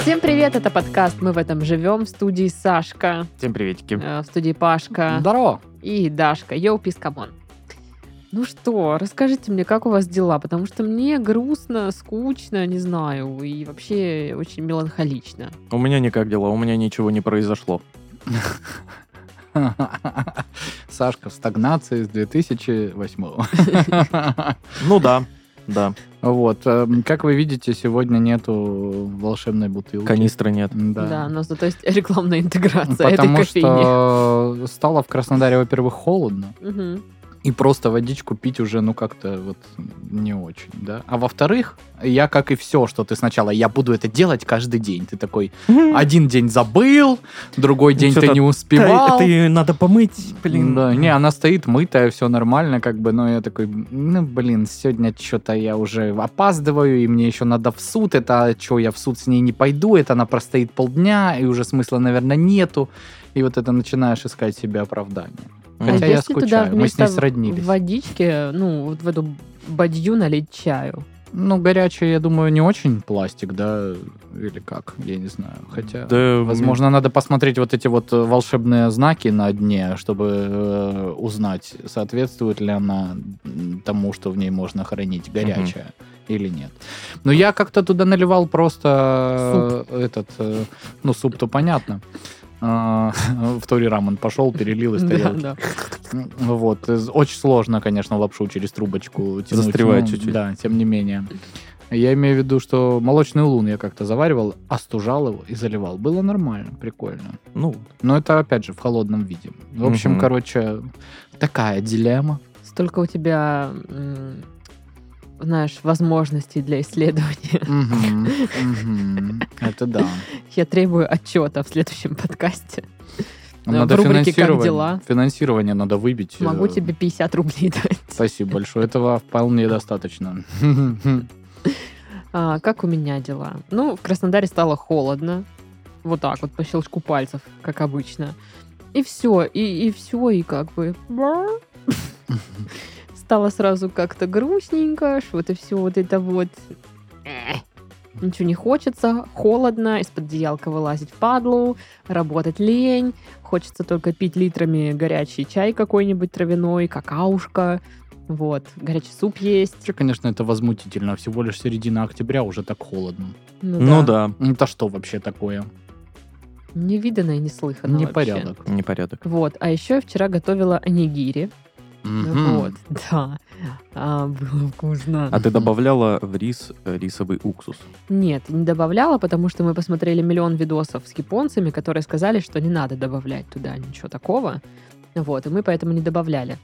Всем привет, это подкаст «Мы в этом живем» в студии Сашка, Всем приветики. э, в студии Пашка Здорово. и Дашка. Йоу, пискамон. Ну что, расскажите мне, как у вас дела, потому что мне грустно, скучно, не знаю, и вообще очень меланхолично. У меня никак дела, у меня ничего не произошло. Сашка в стагнации с 2008 Ну да, да, Вот. эм, Как вы видите, сегодня нету волшебной бутылки. канистры нет. Да. Да, но зато есть рекламная интеграция этой Потому кофейни. что стало в Краснодаре, во-первых, холодно, Мгм. и просто водичку пить уже, ну, как-то вот не очень, да. А во-вторых, я, как и все, что ты сначала, я буду это делать каждый день. Ты такой, Хм. А один день забыл, другой день ты Чё-то не Ты, успевал. ее надо помыть, блин. Да, не, а она стоит мытая, все нормально, как бы, но я такой, ну, блин, сегодня что-то я уже опаздываю, и мне еще надо в суд, это что, я в суд с ней не пойду, это она простоит полдня, и уже смысла, наверное, нету, и вот это начинаешь искать себе оправдание. Ну, А Хотя я если туда скучаю, мы с ней вместо сроднились. водички, ну, вот в эту бадью налить чаю. Ну, горячая, я думаю, не очень пластик, да, или как, я не знаю, хотя... Да, Возможно, надо посмотреть вот эти вот э, волшебные знаки на дне, чтобы э, узнать, соответствует ли она м, тому, что в ней можно хранить горячее или нет. Но я как-то туда наливал просто э, этот, э, ну суп-то понятно. А, В Тори рамен пошел, перелил из Да, тарелки. да. Ну Вот. из- Очень сложно, конечно, лапшу через трубочку тянуть. Застревает Ну, чуть-чуть. Да, тем не менее. Я имею в виду, что молочный лун я как-то заваривал, остужал его и заливал. Было нормально, прикольно. Ну, Но это, опять же, в холодном виде. В общем, Мгм. короче, такая дилемма. Столько у тебя, м, знаешь, возможностей для исследования. Мгм, мгм. Это да. Я требую отчета в следующем подкасте. Да, в Надо рубрике Ну, «Как финансирование- дела?» Финансирование надо выбить. Могу Э, тебе 50 рублей дать. Спасибо большое. Этого вполне достаточно. А, как у меня дела? Ну, в Краснодаре стало холодно. Вот так вот, по щелчку пальцев, как обычно. И все, и, и все, и как бы... Стало сразу как-то грустненько, что-то все вот это вот... Э, Ничего не хочется, холодно, из-под одеялка вылазить в падлу, работать лень, хочется только пить литрами горячий чай какой-нибудь травяной, какаушка, вот, горячий суп есть. Вообще, конечно, это возмутительно. Всего лишь середина октября уже так холодно. ну да, Это что вообще такое? Невиданно и неслыханно вообще. Непорядок. непорядок. Вот. А еще я вчера готовила анигири. Мгм. Ну Вот, да. А, было вкусно. А ты Мгм. добавляла в рис э, рисовый уксус? Нет, не добавляла, потому что мы посмотрели миллион видосов с японцами, которые сказали, что не надо добавлять туда ничего такого. Вот, и мы поэтому не добавляли.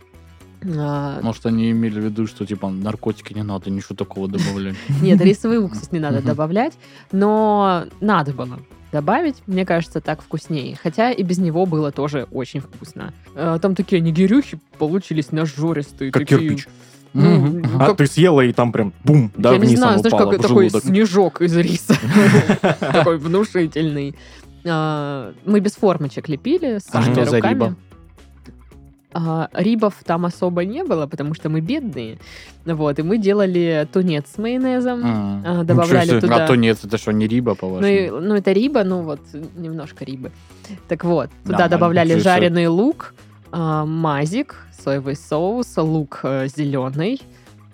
А, Может, они имели в виду, что типа наркотики не надо, ничего такого добавлять. Нет, рисовый уксус не надо Мгм. добавлять, но надо было добавить, мне кажется, так вкуснее. Хотя и без него было тоже очень вкусно. Э, Там такие нигерюхи получились нажористые. такие. Ну, Мгм. ну, А как- ты съела и там прям бум, да, я не вниз знаю, оно знаешь, упало как это в такой желудок. снежок из риса. Такой внушительный. А, Мы без формочек лепили с А самими что за руками. риба? А, Рибов там особо не было, потому что мы бедные. Вот, и мы делали тунец с майонезом. А а, Добавляли себе. туда... А то нет, это что, не риба, Ну, и- по-вашему? ну, это риба, ну вот, немножко рибы. Так вот, туда Нормально, добавляли чуть-чуть. жареный лук, а, мазик, соевый соус, лук э, зеленый,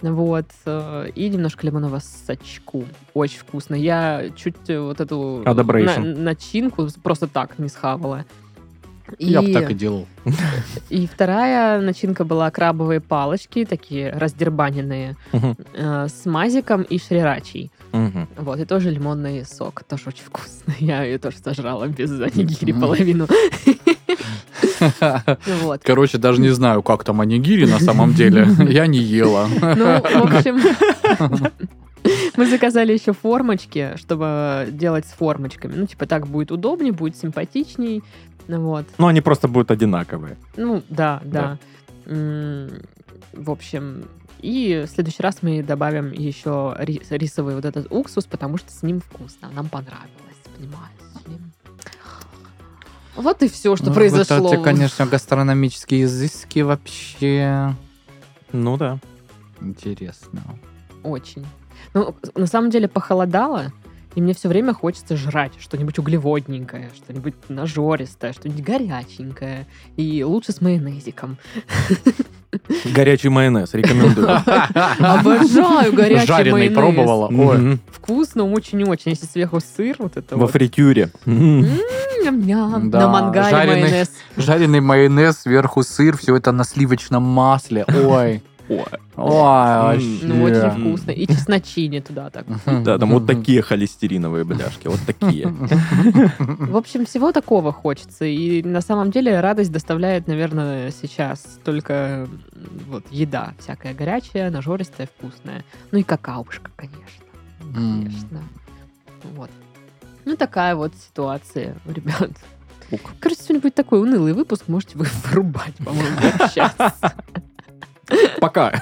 вот, э, и немножко лимонного сачку. Очень вкусно. Я чуть э, вот эту Adoration. начинку просто так не схавала. Я бы так и делал. и вторая начинка была крабовые палочки, такие раздербаненные, Мгм, э, с мазиком и шрирачей. мгм. Вот, и тоже лимонный сок, тоже очень вкусно. Я ее тоже сожрала без анигири Мгм. половину. Вот. Короче, даже не знаю, как там анигири на самом деле. Я не ела. Ну, в общем, мы заказали еще формочки, чтобы делать с формочками. Ну, типа, так будет удобнее, будет симпатичней. Ну, Вот. Ну, они просто будут одинаковые. Ну, да, да. М, В общем, и в следующий раз мы добавим еще рис- рисовый вот этот уксус, потому что с ним вкусно. Нам понравилось, понимаешь? ли? Вот и все, что Ну, произошло. вот эти, конечно, гастрономические изыски вообще Ну да. интересно. Очень. Ну, на самом деле похолодало, и мне все время хочется жрать что-нибудь углеводненькое, что-нибудь нажористое, что-нибудь горяченькое. И лучше с майонезиком. Горячий майонез, рекомендую. А Обожаю горячий Жареный майонез. пробовала. Ой, Мгм. Вкусно, очень-очень. Если сверху сыр, вот это Во вот. фритюре. Мгм. Ням-ням. Да, На мангале жареный. майонез. жареный майонез, сверху сыр, все это на сливочном масле. Ой. Ой. Ой, вообще. Ну, очень Да. вкусно. И чесночини туда так. Да, там вот такие холестериновые бляшки, вот такие. В общем, всего такого хочется. И на самом деле радость доставляет, наверное, сейчас только м, вот еда всякая горячая, нажористая, вкусная. Ну и какаушка, конечно. М. Конечно. Вот. Ну, такая вот ситуация, ребят. Ук. Кажется, сегодня будет такой унылый выпуск, можете вы вырубать, по-моему, сейчас. Пока.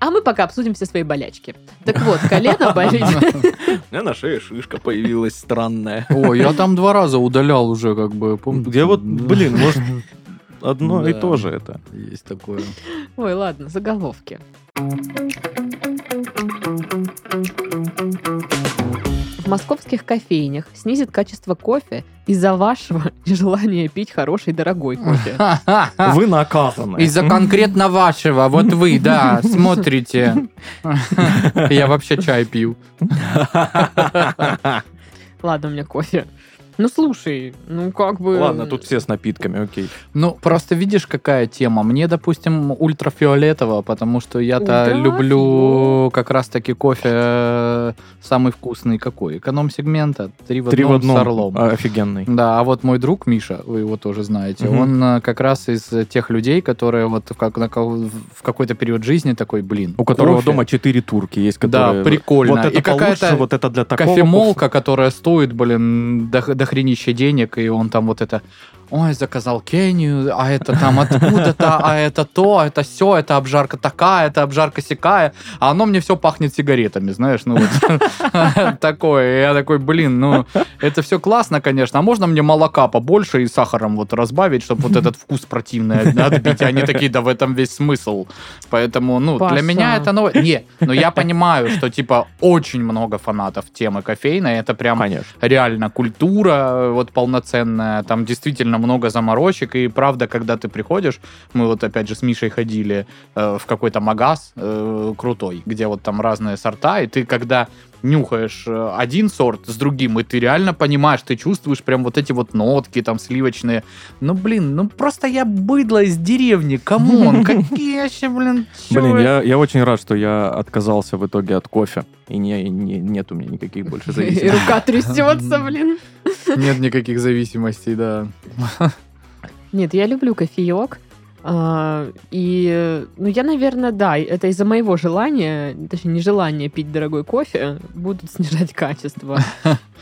А мы пока обсудим все свои болячки. Так вот, колено болит. У меня на шее шишка появилась странная. Ой, я там два раза удалял уже, как бы, помните? Я вот, Да. блин, может, одно и Да. то же это. Есть такое. Ой, ладно, заголовки. В московских кофейнях снизит качество кофе из-за вашего нежелания пить хороший дорогой кофе. Вы наказаны. А, Из-за конкретно вашего, вот вы, да, смотрите. Я вообще чай пью. Ладно, у меня кофе. Ну слушай, ну как бы... Ладно, тут все с напитками, окей. Ну, просто видишь, какая тема. Мне, допустим, ультрафиолетово, потому что я-то Ультрафиолетово. люблю как раз-таки кофе э, самый вкусный какой? Эконом-сегмента, три в Три в одном с одном. орлом. А, Офигенный. Да, а вот мой друг Миша, вы его тоже знаете, Мгм. он э, как раз из э, тех людей, которые вот в, как- на ко- в какой-то период жизни такой, блин, У которого кофе, дома четыре турки есть, которые... Да, прикольно. Вот это И какая-то получше, вот это для такого... кофемолка, которая стоит, блин, до, хренища денег, и он там вот это, ой, заказал Кению, а это там откуда-то, а это то, это все, это обжарка такая, это обжарка сякая, а оно мне все пахнет сигаретами, знаешь, ну вот такое. И Я такой, блин, ну это все классно, конечно, а можно мне молока побольше и сахаром вот разбавить, чтобы вот этот вкус противный отбить, И они такие, да в этом весь смысл. Поэтому, ну, для Паша. меня это новое. Не, но я понимаю, что, типа, очень много фанатов темы кофейной. Это прям Конечно. реально культура э, вот полноценная. Там действительно много заморочек. И правда, когда ты приходишь, мы вот опять же с Мишей ходили э, в какой-то магаз э, крутой, где вот там разные сорта. И ты когда нюхаешь э, один сорт с другим, и ты реально понимаешь, ты чувствуешь прям вот эти вот нотки там сливочные. Ну, блин, ну просто я быдло из деревни, камон, какие вообще, блин, чё Блин, это? я, я очень рад, что я отказался в итоге от кофе. И не, не- нет у меня никаких больше И зависимостей. рука трясется, блин. Нет никаких зависимостей, да. Нет, я люблю кофеек. А, И, э, ну, я, наверное, да, это из-за моего желания, точнее, нежелания пить дорогой кофе, будут снижать качество.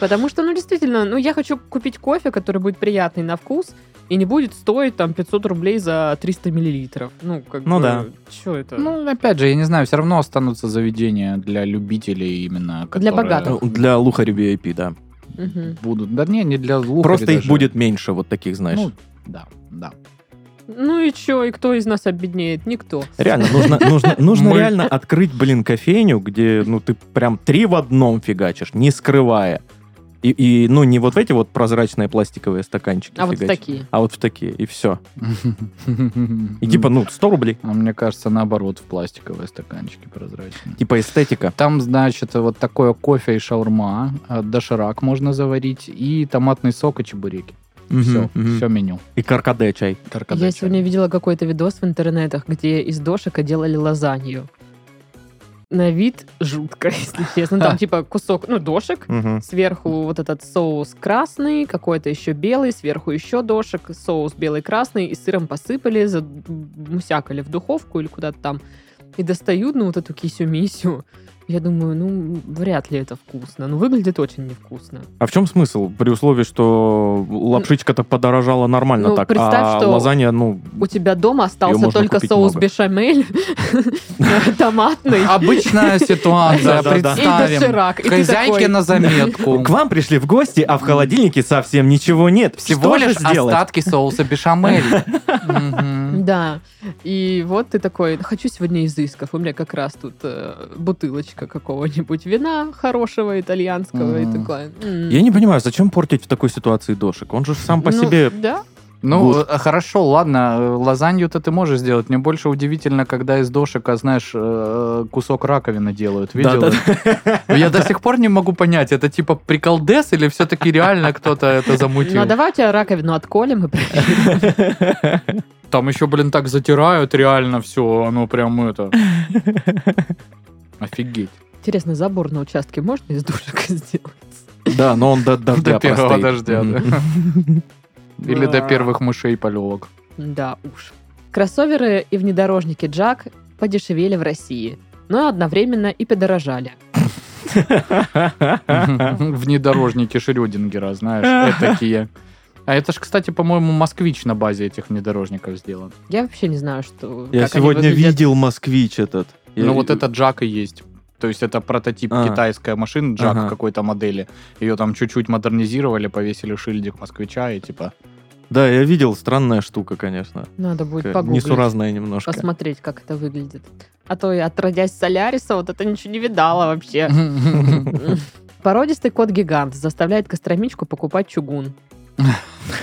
Потому что, ну, действительно, ну, я хочу купить кофе, который будет приятный на вкус и не будет стоить, там, 500 рублей за 300 миллилитров. Ну, как Ну бы, да. Чё это? Ну, опять же, я не знаю, все равно останутся заведения для любителей именно, Для которые богатых. Ну, Для лухари VIP, да. Мгм. Будут. Да не, не для лука. Просто их даже. будет меньше, вот таких, знаешь. Ну, да, да. Ну и чё, и кто из нас обеднеет? Никто. Реально, нужно, нужно, нужно Мы- реально открыть, блин, кофейню, где, ну, ты прям три в одном фигачишь, не скрывая. И, и, ну, не вот в эти вот прозрачные пластиковые стаканчики А вот в фигачишь, такие. А вот в такие, и все. И типа, ну, 100 рублей. А мне кажется, наоборот, в пластиковые стаканчики прозрачные. Типа эстетика. Там, значит, вот такое кофе и шаурма, э, доширак можно заварить, и томатный сок и чебуреки. Все, Мгм, мгм. все меню. И каркаде чай. Каркаде Я чай. сегодня видела какой-то видос в интернетах, где из дошика делали лазанью. На вид жутко, если честно. Там типа кусок, ну, дошек, Мгм. сверху вот этот соус красный, какой-то еще белый, сверху еще дошек, соус белый-красный, и сыром посыпали, замусякали в духовку или куда-то там. И достают, ну, вот эту кисю-мисю. Я думаю, ну, вряд ли это вкусно. Ну, выглядит очень невкусно. А в чем смысл? При условии, что лапшичка-то подорожала нормально ну, так, представь, а что лазанья, ну... У тебя дома остался можно только купить соус много. бешамель томатный Обычная ситуация, Да-да-да. и представим. доширак. И ты Хозяйке такой, на заметку. К вам пришли в гости, а в холодильнике совсем ничего нет. Что Всего лишь же сделать? остатки соуса бешамель. Мгм. Да. И вот ты такой, хочу сегодня изысков. У меня как раз тут э, бутылочка какого-нибудь вина хорошего итальянского. И Мгм. такое. м. Я не понимаю, зачем портить в такой ситуации дошик? Он же сам по Ну, себе... Да. Ну, Вот. э, хорошо, ладно, э, лазанью-то ты можешь сделать. Мне больше удивительно, когда из дошек, а знаешь, э, кусок раковины делают. Видел? Да-да-да. это? Я до сих пор не могу понять, это типа приколдес или все-таки реально кто-то это Ну, замутил? а давайте раковину отколем и проверим. Там еще, блин, так затирают реально все, оно прям это... Офигеть. Интересно, забор на участке можно из душек сделать? Да, но он до дождя До первого простоит. дождя, да. Мгм. Или до первых мышей полевок. Да уж. Кроссоверы и внедорожники Джак подешевели в России, но одновременно и подорожали. Внедорожники Шрёдингера, знаешь, такие. А это ж, кстати, по-моему, москвич на базе этих внедорожников сделан. Я вообще не знаю, что... Я как они сегодня выглядят. видел москвич этот. Я- Ну вот это Джак и есть. То есть это прототип А. китайской машины Джак Ага. какой-то модели. Ее там чуть-чуть модернизировали, повесили шильдик москвича и типа... Да, я видел, странная штука, конечно. Надо будет Такая погуглить, Несуразная немножко. посмотреть, как это выглядит. А то я, отродясь Соляриса, вот это ничего не видала вообще. Породистый кот-гигант заставляет Костромичку покупать чугун.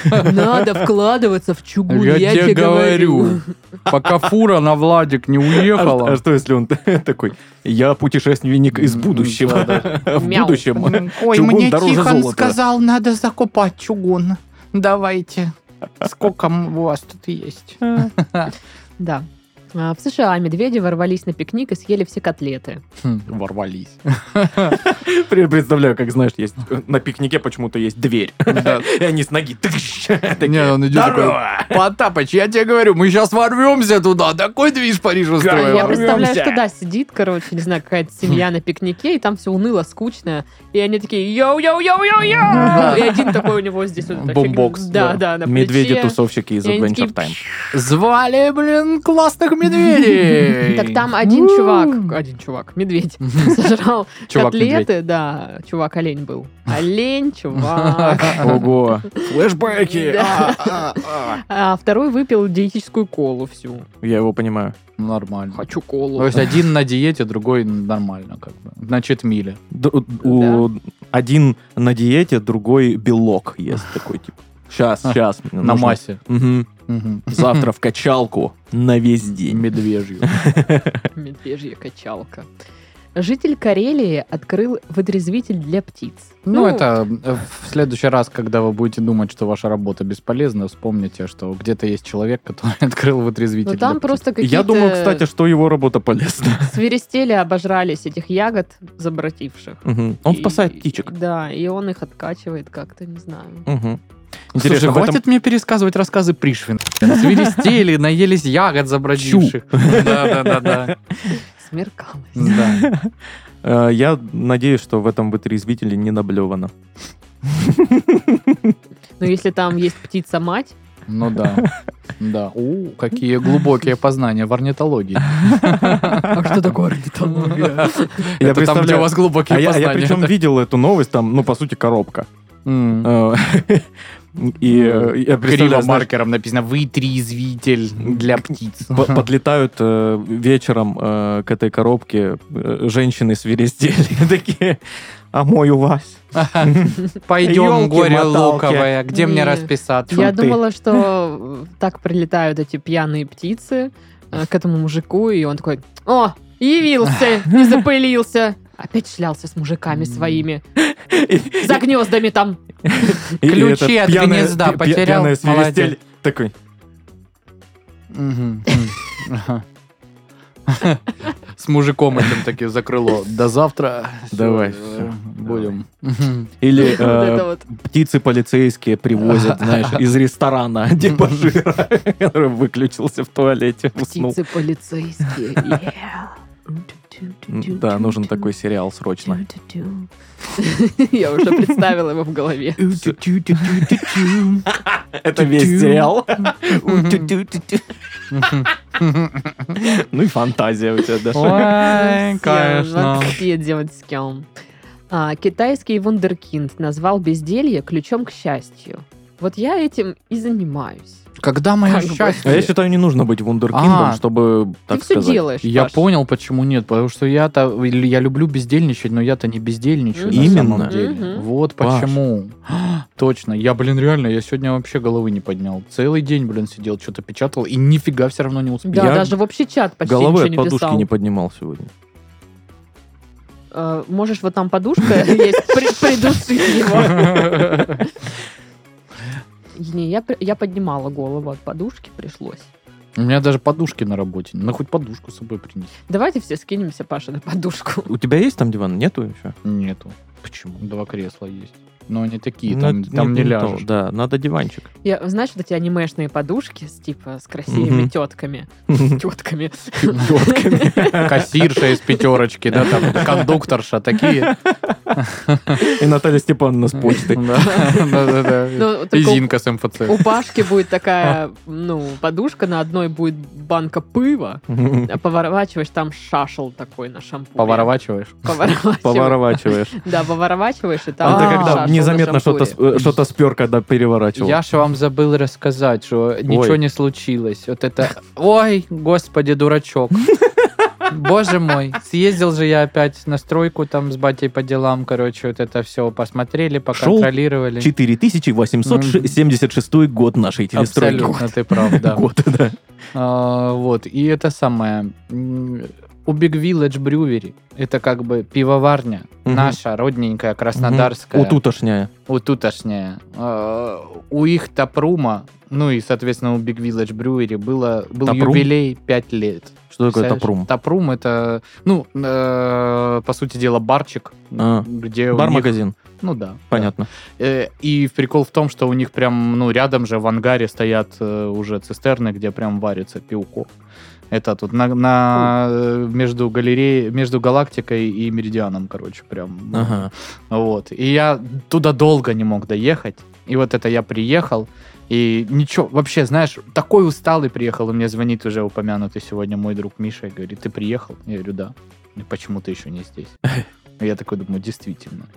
Надо вкладываться в чугун, я, тебе говорю. пока фура на Владик не А что- А что, если он такой, я путешественник из М, будущего. В Мяу. будущем. Ой, Чугун мне дороже Тихон золота. сказал, надо закупать чугун. Давайте. Сколько у вас тут есть? Да. А, В США медведи ворвались на пикник и съели все котлеты. Хм. Ворвались. При- Представляю, как, знаешь, есть на пикнике почему-то есть дверь. И они с ноги. тыщ, такие, Не, он идет такой, «Здорово!» Потапыч, я тебе говорю, мы сейчас ворвемся туда. Такой движ Париж устроим. Я Ворвемся. представляю, что да, сидит, короче, не знаю, какая-то семья на пикнике, и там все уныло, скучно. И они такие йоу-йоу-йоу-йоу-йоу! И один такой у него здесь вот эта фигня. Бумбокс, Да, да, да. на плече. Медведи-тусовщики из И они Adventure такие, Time. Звали, блин, классных медведей. Так там один Уу. чувак, один чувак, медведь, сожрал Чувак-медведь. котлеты, да, чувак-олень был. Олень, чувак. Ого. Флэшбэки. Да. А, а, А второй выпил диетическую колу всю. а. Я его понимаю. Нормально. Хочу То колу. есть один на диете, другой нормально как бы. Значит, мили. Д- у- Один на диете, другой белок ест такой, типа. Сейчас, сейчас. На массе. Завтра в качалку на весь день. Медвежью. Медвежья качалка. Житель Карелии открыл вытрезвитель для птиц. Ну, это э, в следующий раз, когда вы будете думать, что ваша работа бесполезна, вспомните, что где-то есть человек, который открыл вытрезвитель. Ну, там для птиц. просто какие-то Я думал, кстати, что его работа полезна. свиристели обожрались этих ягод, забративших. Мгм. Он И- спасает птичек. Да, и он их откачивает как-то, не знаю. Мгм. Слушай, Интересно, в этом- хватит мне пересказывать рассказы Пришвин. Свиристели, наелись ягод забродивших. Да-да-да-да. Смеркалось. Да. Э, Я надеюсь, что в этом вытрезвителе не наблевано. Ну, Но если там есть птица-мать, Ну да. Да. У, какие глубокие познания в орнитологии. А что такое орнитология? Я Это там, где у представляю. вас глубокие А я, а я познания. причем видел эту новость, там, ну, по сути, коробка. М. Э, И э, я Криво представляю, знаешь, маркером написано «Вытрезвитель для птиц». по- подлетают э, вечером э, к этой коробке э, женщины свиристели такие, а мой у вас. Пойдем, Ёлки-моталки. горе луковое, где мне Не. расписаться? Я ты. думала, что э, так прилетают эти пьяные птицы э, к этому мужику, и он такой, о, явился, не запылился. Опять шлялся с мужиками своими, за гнездами там. И- и Ключи этот от пьяная- гнезда пья- потерял, Пьяная свиристель молодец. такой, Мгм. Ага. С мужиком этим таки закрыло. До завтра. Всё, Давай, э, всё, Будем. Мгм. Или Вот это э, вот. птицы полицейские привозят, знаешь, из ресторана дебажира, который выключился в туалете, уснул. Птицы полицейские. yeah. Да, нужен такой сериал срочно. Я уже представила его в голове. Это весь сериал. Ну и фантазия у тебя, Даша. Ой, Всё, конечно. вообще делать с кем. А, Китайский вундеркинд назвал безделье ключом к счастью. Вот я этим и занимаюсь. Когда мое Как бы. А я счастье? считаю, не нужно быть вундеркиндом, А. чтобы, так Ты все сказать... делаешь. Я Паш. понял, почему нет, потому что я-то я люблю бездельничать, но я-то не бездельничаю на Именно. самом деле. Мгм. Вот Паш. почему. Точно. Я, блин, реально, я сегодня вообще головы не поднял. Целый день, блин, сидел, что-то печатал и нифига все равно не успел. Да, Я даже в общий чат почти Головы ничего от не подушки писал. не поднимал сегодня. Э, Можешь вот там подушка есть, при- придушить его. Не, я при- я поднимала голову от подушки, пришлось. У меня даже подушки на работе. На хоть подушку с собой принеси. Давайте все скинемся, Паша, на подушку. У тебя есть там диван? Нету еще? Нету. Почему? Два кресла есть. Но они такие, Ну, там, это- там нет, не не то. ляжешь. Да, надо диванчик. Я, знаешь, вот эти анимешные подушки с типа с красивыми Мгм. тетками. С Тетками. тетками. Кассирша из пятерочки, да, там, кондукторша, такие. И Наталья Степановна с почты. Да, да, да. Ну, И только у- Зинка с МФЦ. У Пашки будет такая, ну, подушка, на одной будет банка пыва, а поворачиваешь, там шашел такой на шампуре. Поворачиваешь. Поворачиваешь. Поворачиваешь. Да, поворачиваешь, и там А ты А, когда шашел на незаметно что-то шампуре. с- э, что-то спер, когда переворачивал. Я же вам забыл рассказать, что ничего не случилось. Вот это... Ой, господи, дурачок. Боже мой, съездил же я опять на стройку там с батей по делам, короче, вот это все посмотрели, поконтролировали. 4876 год нашей телестройки. Абсолютно, ты прав, да. Год, да. А, Вот, и это самое... м, У Big Village Brewery, это как бы пивоварня, Мгм. наша родненькая, краснодарская. У тутошняя. у тутошняя. Э, У их Тапрума, ну и, соответственно, у Big Village Brewery было, был Тапрум? юбилей 5 лет. Что такое Представляешь? тапрум? Тапрум — это, ну, э, по сути дела, барчик, А. где у них- Бар-магазин, Ну да. понятно. Э, И прикол в том, что у них прям, ну, рядом же в ангаре стоят э, уже цистерны, где прям варится пивко. Это тут на, на- э, между галереей, между галактикой и меридианом, короче, прям. Ага. Вот. И я туда долго не мог доехать. И вот это я приехал. И ничего, вообще, знаешь, такой усталый приехал. И мне звонит уже упомянутый сегодня мой друг Миша и говорит, ты приехал? Я говорю, да. И почему ты еще не здесь? И Я такой думаю, действительно.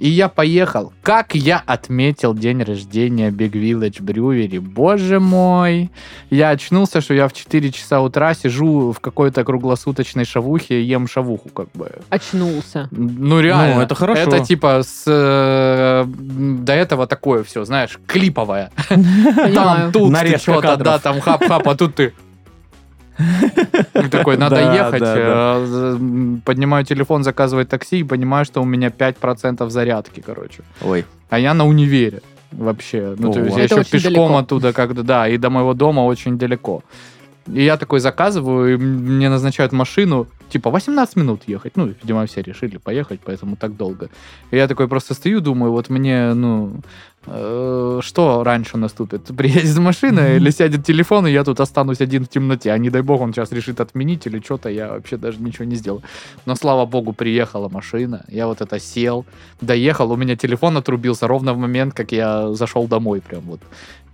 И я поехал. Как я отметил день рождения Big Village Brewery. Боже мой. Я очнулся, что я в 4 часа утра сижу в какой-то круглосуточной шавухе и ем шавуху как бы. Очнулся. Ну, реально. Ну, это хорошо. Это типа с, э, м, до этого такое все, знаешь, клиповое. Там Понимаю. тут ты Нарезка что-то, кадров. да, там хап-хап, а тут ты... И Такой, надо Да, ехать, да, да. э, з- м, поднимаю телефон, заказываю такси и понимаю, что у меня 5% зарядки, короче. Ой. А я на универе вообще. Ну, то О. есть я а Это еще очень пешком далеко. оттуда, когда, да, и до моего дома очень далеко. И я такой заказываю, и мне назначают машину, типа, 18 минут ехать. Ну, видимо, все решили поехать, поэтому так долго. И я такой просто стою, думаю, вот мне, ну, э, что раньше наступит? Приедет машина или сядет телефон, и я тут останусь один в темноте. А не дай бог, он сейчас решит отменить или что-то, я вообще даже ничего не сделал. Но, слава богу, приехала машина, я вот это сел, доехал, у меня телефон отрубился ровно в момент, как я зашел домой прям вот.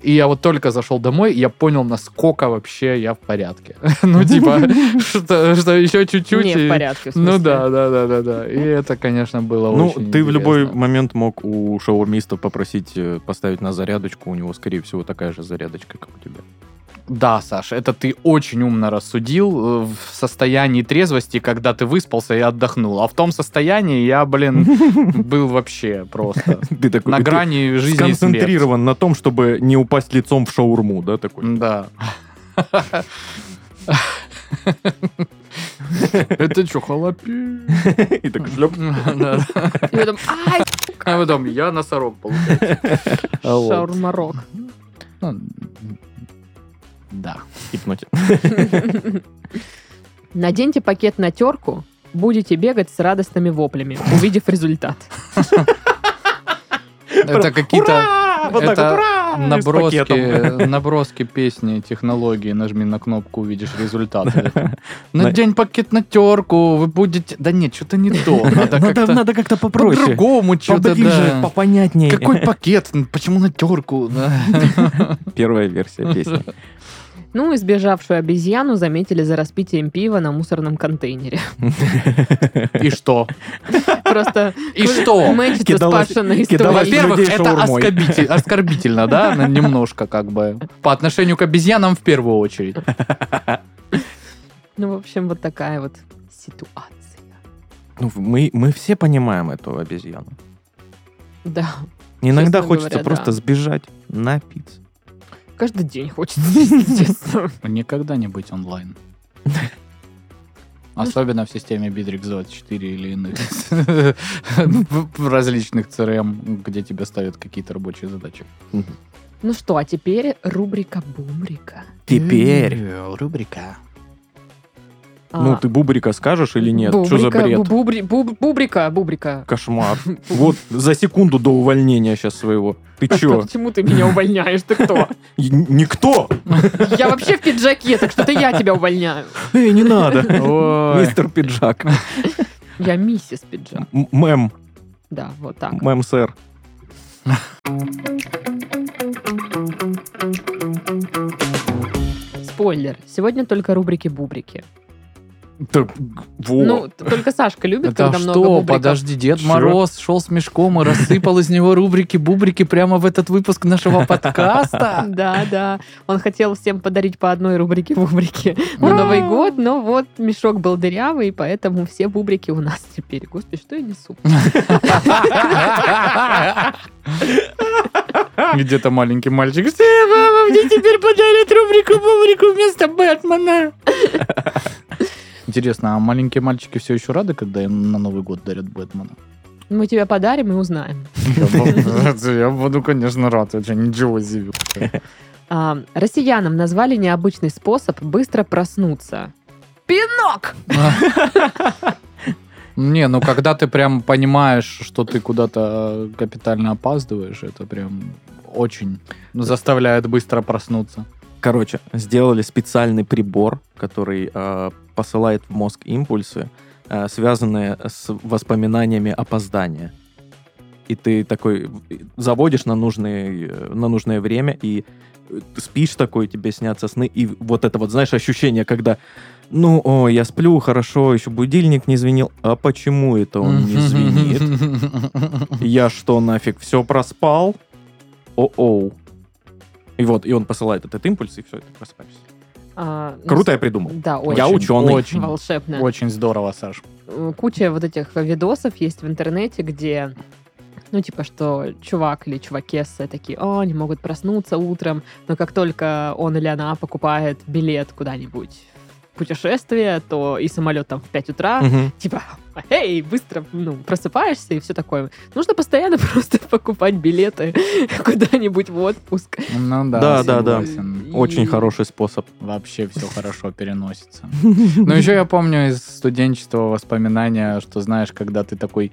И я вот только зашел домой, и я понял, насколько вообще я в порядке. Ну, типа, что что еще чуть-чуть. Не и- в порядке, в Ну смысле. да, да, да, да, да. И это, конечно, было Ну, очень ты в любой интересно. момент мог у шаурмиста попросить э, поставить на зарядочку. У него, скорее всего, такая же зарядочка, как у тебя. Да, Саша, это ты очень умно рассудил э, в состоянии трезвости, когда ты выспался и отдохнул. А в том состоянии я, блин, был вообще просто Ты такой... на ты грани жизни и смерти. Сконцентрирован на том, чтобы не упасть лицом в шаурму, да, такой? Да. Это что, халапи? И так шлеп. Да. И потом, ай, А потом я носорог получается. А вот. шаурмарок. Ну, Да. Ипноте. Наденьте пакет на терку, будете бегать с радостными воплями, увидев результат. Это какие-то... Ура! Вот так это- вот, ура! э, Наброски, наброски песни, технологии, нажми на кнопку, увидишь результаты. Надень пакет на терку, вы будете... Да нет, что-то не то. Надо Надо, как-то надо как-то попроще. по-другому что-то, Поближе, да. попонятнее. Какой пакет? Почему на терку? Первая версия песни. Ну, избежавшую обезьяну заметили за распитием пива на мусорном контейнере. И что? Просто И что? мэчится с Кидалась- Пашиной кидалась историей. Во-первых, Во-первых, людей это шаурмой. оскорбитель- оскорбительно, да? Ну, Немножко как бы. По отношению к обезьянам в первую очередь. Ну, в общем, вот такая вот ситуация. Ну, мы, мы все понимаем эту обезьяну. Да, Иногда Честно хочется говоря, просто да. сбежать, напиться. каждый день хочется, если честно. Никогда не быть онлайн. Ну, Особенно в системе Bittrex 24 или иных в различных CRM, где тебе ставят какие-то рабочие задачи. Ну что, а теперь рубрика «Бумрика». Теперь. Э, Рубрика. Ну, А, ты бубрика скажешь или нет? Что за бубрика, бред? бубри- буб- Бубрика, бубрика. Кошмар. Вот за секунду до увольнения сейчас своего. Ты чё? Почему ты меня увольняешь? Ты кто? И- Никто! Я вообще в пиджаке, так что это я тебя увольняю. Эй, не надо! Ой. Мистер Пиджак. Я миссис пиджак. М- Мэм, Да, вот так. мэм, сэр. Спойлер. Сегодня только рубрики-бубрики. Да, во. Ну, т- только Сашка любит, Это когда а много что? бубриков. Подожди, Дед Чё? Мороз шел с мешком и рассыпал из него рубрики-бубрики прямо в этот выпуск нашего подкаста. Да, да. Он хотел всем подарить по одной рубрике бубрике на Ура! Новый год, но вот мешок был дырявый, и поэтому все бубрики у нас теперь. Господи, что я несу? Где-то маленький мальчик. «Э, мама, мне теперь подарят рубрику-бубрику вместо Бэтмена. Интересно, а маленькие мальчики все еще рады, когда им на Новый год дарят Бэтмена? Мы тебя подарим и узнаем. Я буду, конечно, рад. Это ничего себе. А, россиянам назвали необычный способ быстро проснуться. Пинок! Не, ну когда ты прям понимаешь, что ты куда-то э, капитально опаздываешь, это прям очень заставляет быстро проснуться. Короче, сделали специальный прибор, который э, посылает в мозг импульсы, э, связанные с воспоминаниями опоздания. И ты такой э, заводишь на, нужные, э, на нужное время, и э, ты спишь такой, тебе снятся сны, и вот это вот, знаешь, ощущение, когда ну, о, я сплю, хорошо, еще будильник не звенел. А почему это он не звенит? Я что, нафиг все проспал? О-оу. И вот, и он посылает этот импульс, и все, и ты просыпаешься. А, ну, Круто я придумал. Да, очень. Я у- ученый. Очень, Волшебно. очень здорово, Саш. э, куча вот этих видосов есть в интернете, где, ну, типа, что чувак или чувакесса такие, о, не могут проснуться утром, но как только он или она покупает билет куда-нибудь в путешествие, то и самолет там в 5 утра, Хм. Мгм. типа, эй, быстро, ну, просыпаешься и все такое. Нужно постоянно просто покупать билеты куда-нибудь в отпуск. Ну да, Да, да, да. согласен. И- Очень хороший способ. вообще все хорошо переносится. Но еще я помню из студенчества воспоминания, что знаешь, когда ты такой,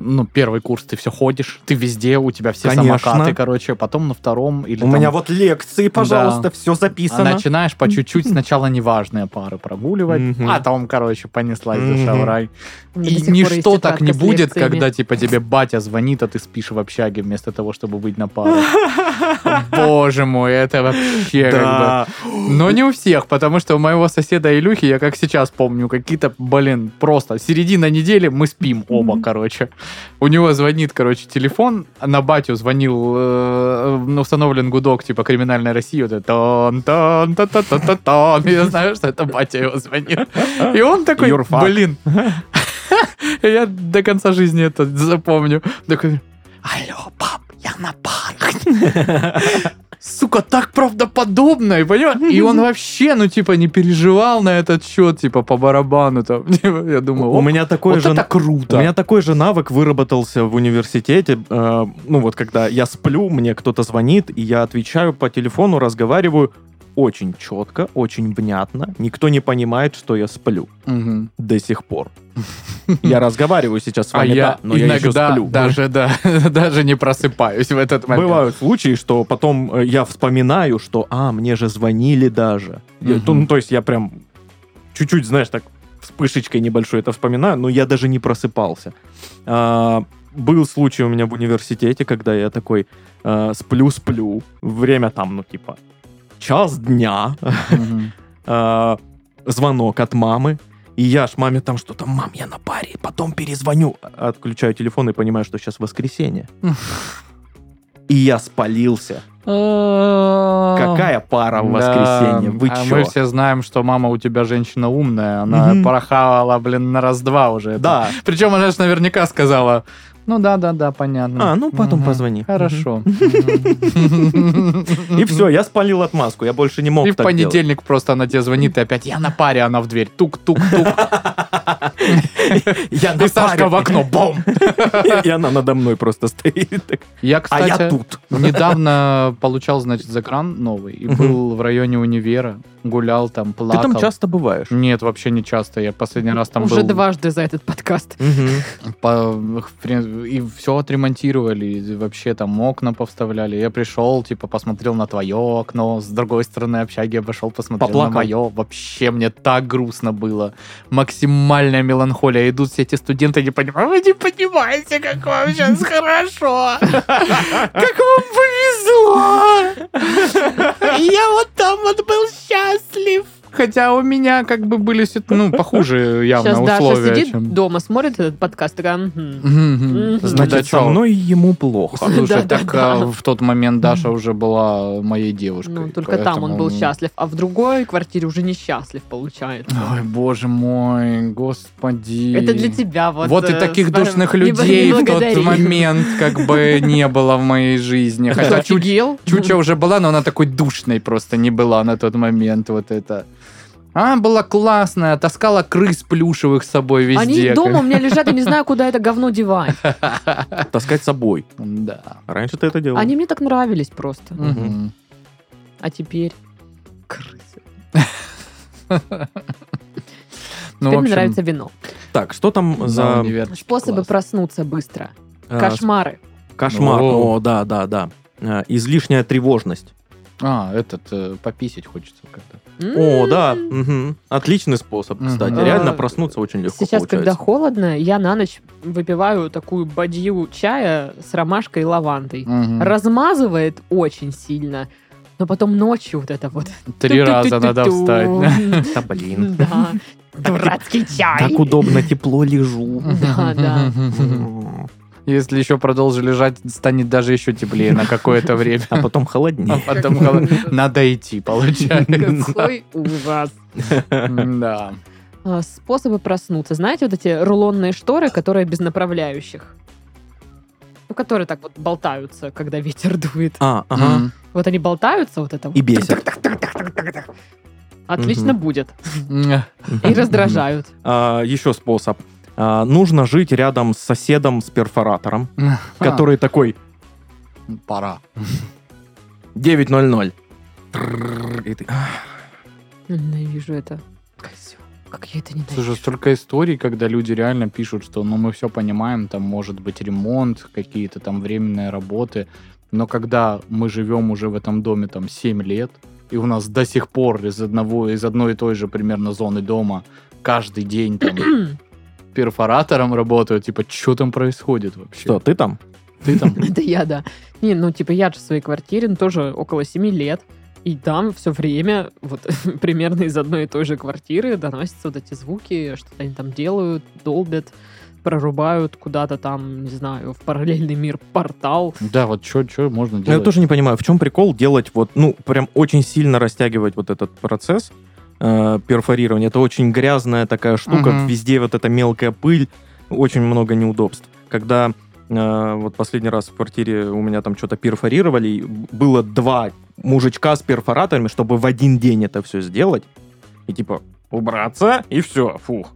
ну, первый курс, ты все ходишь, ты везде, у тебя все Конечно. самокаты, короче, потом на втором или У там- меня вот лекции, пожалуйста, Да. все а записано. начинаешь по чуть-чуть сначала неважные пары прогуливать, Мгм. а там, короче, понеслась Мгм. душа в рай. У меня до И сих пор есть ничто так тетрадка не с будет, лекциями. когда типа тебе батя звонит, а ты спишь в общаге вместо того, чтобы быть на пару. Боже мой, это вообще как бы... Да. Но не у всех, потому что у моего соседа Илюхи, я как сейчас помню, какие-то, блин, просто середина недели, мы спим оба, Мгм. короче. У него звонит, короче, телефон, а на батю звонил, э, ну, установлен гудок, типа, криминальная Россия, вот это тон тон та та та та тон Я знаю, что это батя его звонит. И он такой, You're fucked. блин, я до конца жизни это запомню. Такой, алло, пап, я на парах. Сука, так правдоподобно, и понимаешь? И он вообще, ну, типа, не переживал на этот счет, типа, по барабану там. Типа, Я думаю, У «Оп, меня такой вот же... это У круто. меня такой же навык выработался в университете. Э, ну вот когда я сплю, мне кто-то звонит, и я отвечаю по телефону, разговариваю. очень четко, очень внятно. Никто не понимает, что я сплю Мгм. до сих пор. Я разговариваю сейчас с А вами, да, я но я еще иногда сплю. даже, да, даже не просыпаюсь в этот момент. Бывают случаи, что потом э, я вспоминаю, что, а, мне же звонили даже. Я- Мгм. то- ну, то есть я прям чуть-чуть, знаешь, так вспышечкой небольшой это вспоминаю, но я даже не просыпался. А, был случай у меня в университете, когда я такой э, сплю-сплю, время там, ну, типа, час дня, Мгм. э, звонок от мамы, и я ж маме там что-то, мам, я на паре, потом перезвоню. Отключаю телефон и понимаю, что сейчас воскресенье. И я спалился. Какая пара в воскресенье? А. Да, Вы а чё? Мы все знаем, что мама у тебя женщина умная. Она Мгм. порхала, блин, на раз-два уже. это. Да. Причем она же наверняка сказала, ну да-да-да, понятно. А, ну потом Мгм. позвони. Хорошо. Мгм. И все, я спалил отмазку, я больше не мог И в так делать. понедельник просто она тебе звонит, и опять я на паре, она в дверь. Тук-тук-тук. Я на И Сашка паре. в окно. Бом! И она надо мной просто стоит. так, Я, А кстати, я тут. недавно получал, значит, закран новый. И Мгм. был в районе универа. Гулял там, Ты плакал. там часто бываешь. Нет, вообще не часто. Я последний раз там Уже был дважды за этот подкаст. Мгм. по- в прин- и все отремонтировали, и вообще там окна повставляли. Я пришел, типа, посмотрел на твое окно, с другой стороны общаги обошел, посмотрел Поплакал? на мое. Вообще мне так грустно было. Максимальная меланхолия. Идут все эти студенты, не понимают, вы не понимаете, как вам сейчас хорошо. Как вам повезло. Я вот там вот был счастлив. Хотя у меня как бы были, сит- ну, похуже явно Сейчас Даша условия. сидит чем- дома, смотрит этот подкаст, такая, «Мгм». Мгм. Мгм. Да Значит, со чё? мной ему плохо. Слушай, Да, да, так да. а, в тот момент Даша уже была моей девушкой. ну, только там он поэтому- был счастлив, а в другой квартире уже несчастлив, получается. Ой, боже мой, господи. Это для тебя вот. Вот, и э, таких спар- душных не- не людей в тот благодари. момент как бы не было в моей жизни. Ты Хотя Чуч- офигел? Чуча уже была, но она такой душной просто не была на тот момент. Вот это. А, была классная, таскала крыс плюшевых с собой везде. Они как- дома у меня лежат, я не знаю, куда это говно девать. Таскать с собой. Да. Раньше ты это делал. Они мне так нравились просто. Мгм. А теперь... Крысы. Ну, теперь в мне общем, нравится вино. Так, что там да, за универчик Способы класс. проснуться быстро. э, Кошмары. с- кошмар? О. О, да, да, да. Э, Излишняя тревожность. А, этот, э, пописить хочется как-то. О, М. да. мгм. Отличный способ, Мгм. кстати. М-м. А, Реально проснуться очень легко Сейчас, когда получается. холодно, я на ночь выпиваю такую бадью чая с ромашкой и лавандой. Мгм. Размазывает очень сильно, но потом ночью вот это вот... Три раза надо Ту-ту-ту-ту-ту. встать. Да, блин. Да. Дурацкий чай. Так удобно, тепло лежу. Да, да. Если еще продолжу лежать, станет даже еще теплее на какое-то время. А потом А холоднее. потом голова- надо идти, получается. Какой ужас. Да. А, Способы проснуться. Знаете, вот эти рулонные шторы, которые без направляющих? Ну, которые так вот болтаются, когда ветер дует. А, ага. Вот они болтаются, вот это вот. И бесит. Отлично будет. Мгм. И раздражают. А, Еще способ. А, Нужно жить рядом с соседом с перфоратором, А, который такой Пора. 9.00. Трррр. И ты, «Ах, Ненавижу это. козёл». Как я это не Слушай, столько историй, когда люди реально пишут, что ну мы все понимаем, там может быть ремонт, какие-то там временные работы, но когда мы живем уже в этом доме там 7 лет, и у нас до сих пор из одного, из одной и той же примерно зоны дома каждый день там перфоратором работают, типа, что там происходит вообще? Что, ты там? Ты там? Это я, да. Не, ну, типа, я же в своей квартире, ну, тоже около семи лет. И там все время, вот, примерно из одной и той же квартиры доносятся вот эти звуки, что-то они там делают, долбят, прорубают куда-то там, не знаю, в параллельный мир портал. Да, вот что можно Ну, делать? Я тоже не понимаю, в чем прикол делать вот, ну, прям очень сильно растягивать вот этот процесс э, перфорирования. Это очень грязная такая штука, Мгм. везде вот эта мелкая пыль, очень много неудобств. Когда э, вот последний раз в квартире у меня там что-то перфорировали, и было два мужичка с перфораторами, чтобы в один день это все сделать. И типа убраться, и все, фух.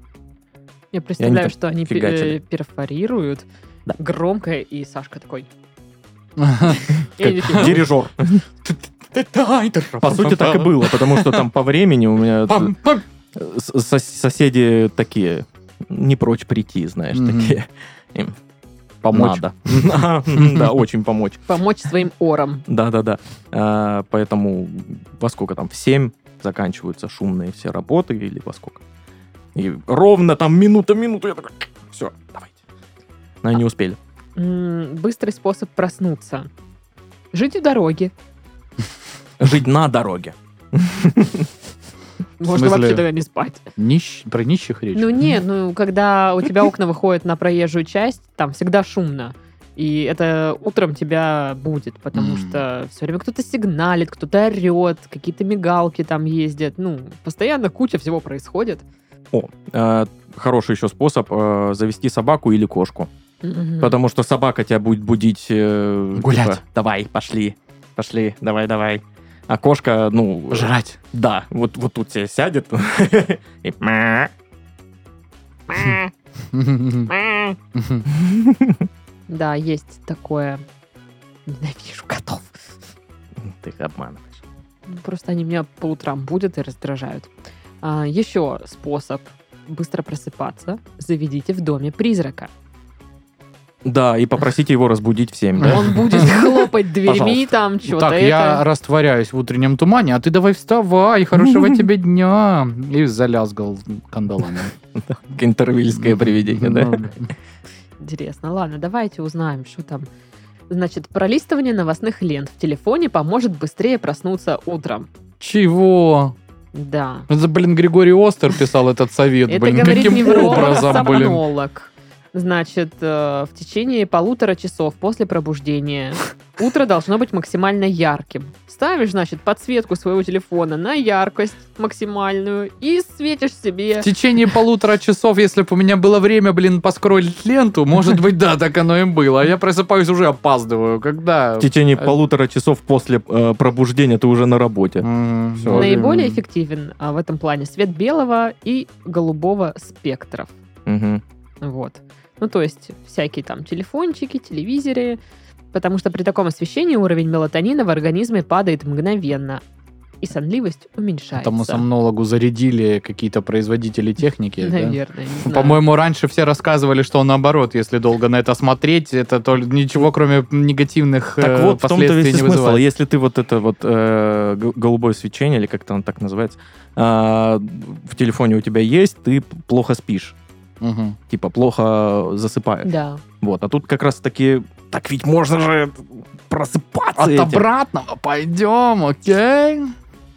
Я представляю, так что они пе- фигачили. э, перфорируют Да. громко, и Сашка такой... Как типа «Эй, нифига». дирижер. Ты тайтер. По сути, так и было, потому что там по времени у меня э, с- сос- соседи такие, не прочь прийти, знаешь, Мгм. такие. Им Помочь. Надо. Да, очень помочь. Помочь своим орам. Да-да-да. А, Поэтому во сколько там, в 7 заканчиваются шумные все работы или во сколько? И ровно там минута-минута, я такой, все, давайте. Но они успели. М, Быстрый способ проснуться. Жить у дороги. Жить на дороге. Можно смысле? вообще тогда не спать. Нищ- Про нищих речь. Ну не, ну когда у тебя окна выходят на проезжую часть, там всегда шумно. И это утром тебя будет, потому М. что все время кто-то сигналит, кто-то орет, какие-то мигалки там ездят. Ну, постоянно куча всего происходит. О, э, хороший еще способ э, завести собаку или кошку. Потому что собака тебя будет будить... э, Гулять. типа, давай, пошли, пошли, давай, давай. А кошка, ну... э, Жрать. Да, вот, вот тут тебе сядет. и мя. Да, есть такое. Ненавижу котов. Ты их обманываешь. Ну, Просто они меня по утрам будут и раздражают. А, еще способ быстро просыпаться. Заведите в доме призрака. Да, и попросите его разбудить в 7, да? Он будет хлопать дверьми, Пожалуйста. там что-то. Так, это. я растворяюсь в утреннем тумане, а ты давай вставай, хорошего тебе дня. И залязгал кандалами. Интервильское привидение, да? Ну, Интересно. Ладно, давайте узнаем, что там. Значит, пролистывание новостных лент в телефоне поможет быстрее проснуться утром. Чего? Да. Это, блин, Григорий Остер писал этот совет, Это блин. говорит Каким а образом, блин? невролог-сомнолог. Значит, э, в течение полутора часов после пробуждения утро должно быть максимально ярким. Ставишь, значит, подсветку своего телефона на яркость максимальную и светишь себе В течение полутора часов, если бы у меня было время, блин, поскролить ленту, может быть, да, так оно и было. А я просыпаюсь уже опаздываю, когда... В течение А- полутора часов после э, пробуждения ты уже на работе. М, Всё. блин. Наиболее эффективен а, в этом плане свет белого и голубого спектров. Мгм. Вот. Ну, то есть всякие там телефончики, телевизоры. Потому что при таком освещении уровень мелатонина в организме падает мгновенно. И сонливость уменьшается. Там у сомнологу зарядили какие-то производители техники. да? Наверное, не Ну, знаю. По-моему, раньше все рассказывали, что наоборот, если долго на это смотреть, это то ли- ничего, кроме негативных Так э, вот, в том-то последствий весь и не смысл. вызывает. Если ты вот это вот э, г- голубое свечение, или как-то оно так называется, а, в телефоне у тебя есть, ты плохо спишь. Мгм. Типа плохо засыпаешь. Да. Вот. А тут как раз таки... Так ведь можно же просыпаться От этим. обратного пойдем, окей?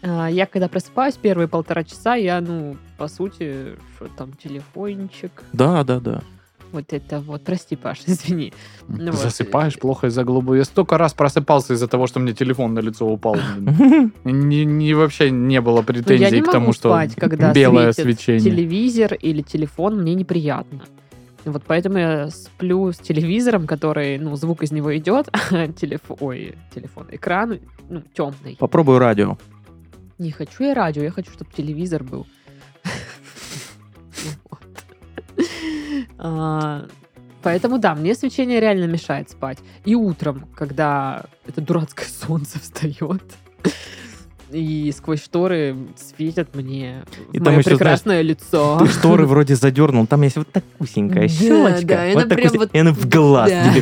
А, Я когда просыпаюсь первые полтора часа, я, ну, по сути, что там, телефончик, Да, да, да. вот это вот. Прости, Паш, извини. Ну вот. Засыпаешь плохо из-за голубой. Я столько раз просыпался из-за того, что мне телефон на лицо упал. блин. Не, не- вообще не было Ну, я претензий не к могу тому, что спать, когда белое светит свечение. телевизор или телефон, мне неприятно. Вот поэтому я сплю с телевизором, который, ну, звук из него идет, а телефон, ой, телефон, экран, ну, темный. Попробую радио. Не хочу я радио, я хочу, чтобы телевизор был. Вот. А, Поэтому, да, мне свечение реально мешает спать. И утром, когда это дурацкое солнце встает, и сквозь шторы светят мне И в там мое еще, знаешь, прекрасное лицо. Ты шторы вроде задернул, там есть вот так узенькая Да, щелочка. да, и вот она так прям узен- вот- И она в глаз Да, тебе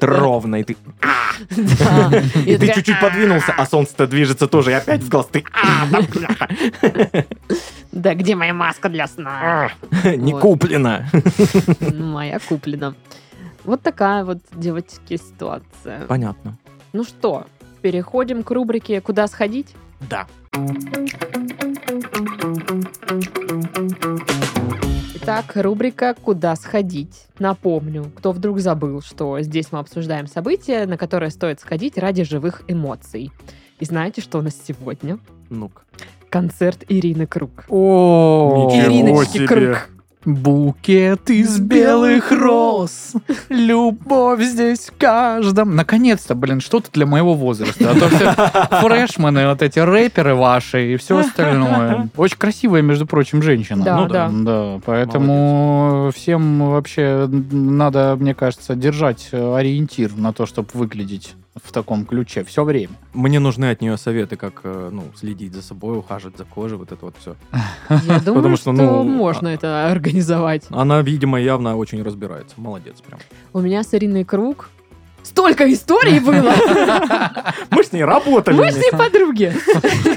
да, да. ровно. И ты, Да. и Я ты такая, чуть-чуть подвинулся, а солнце-то движется тоже, и опять в глаз. Ты, а, да, бляха. Да, где моя маска для сна? А, не Вот. куплено. Моя куплена. Вот такая вот, девочки, ситуация. Понятно. Ну что, переходим к рубрике «Куда сходить?» Да. Итак, рубрика «Куда сходить?». Напомню, кто вдруг забыл, что здесь мы обсуждаем события, на которые стоит сходить ради живых эмоций. И знаете, что у нас сегодня? Ну-ка. Концерт Ирины Круг. О, Ничего Ириночки себе. Круг. Букет из белых роз, любовь здесь в каждом. Наконец-то, блин, что-то для моего возраста. А то все фрешмены, вот эти рэперы ваши и все остальное. Очень красивая, между прочим, женщина. Да, Ну да. Да, поэтому всем вообще надо, мне кажется, держать ориентир на то, чтобы выглядеть в таком ключе все время. Мне нужны от нее советы, как э, ну, следить за собой, ухаживать за кожей, вот это вот все. Я думаю, что что, ну, можно а- это организовать. Она, видимо, явно очень разбирается. Молодец прям. У меня с Ириной Круг столько историй было. Мы с ней работали. Мы с ней подруги.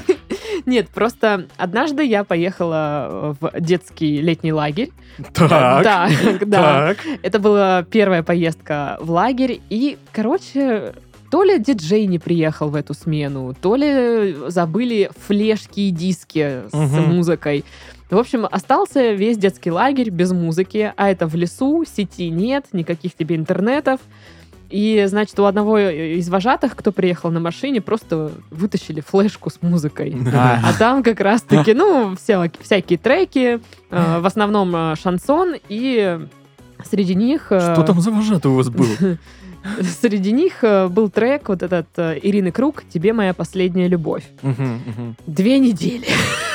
Нет, просто однажды я поехала в детский летний лагерь. Так, да, да. так. Это была первая поездка в лагерь. И, короче, то ли диджей не приехал в эту смену, то ли забыли флешки и диски с Мгм. музыкой. В общем, остался весь детский лагерь без музыки, а это в лесу, сети нет, никаких тебе интернетов. И, значит, у одного из вожатых, кто приехал на машине, просто вытащили флешку с музыкой. А, А там как раз-таки, ну, вся- всякие треки, э, в основном э, шансон, и среди них... э, Что там за вожатый у вас был? Среди них э, был трек вот этот э, Ирины Круг «Тебе моя последняя любовь». Мгм, мгм. Две недели.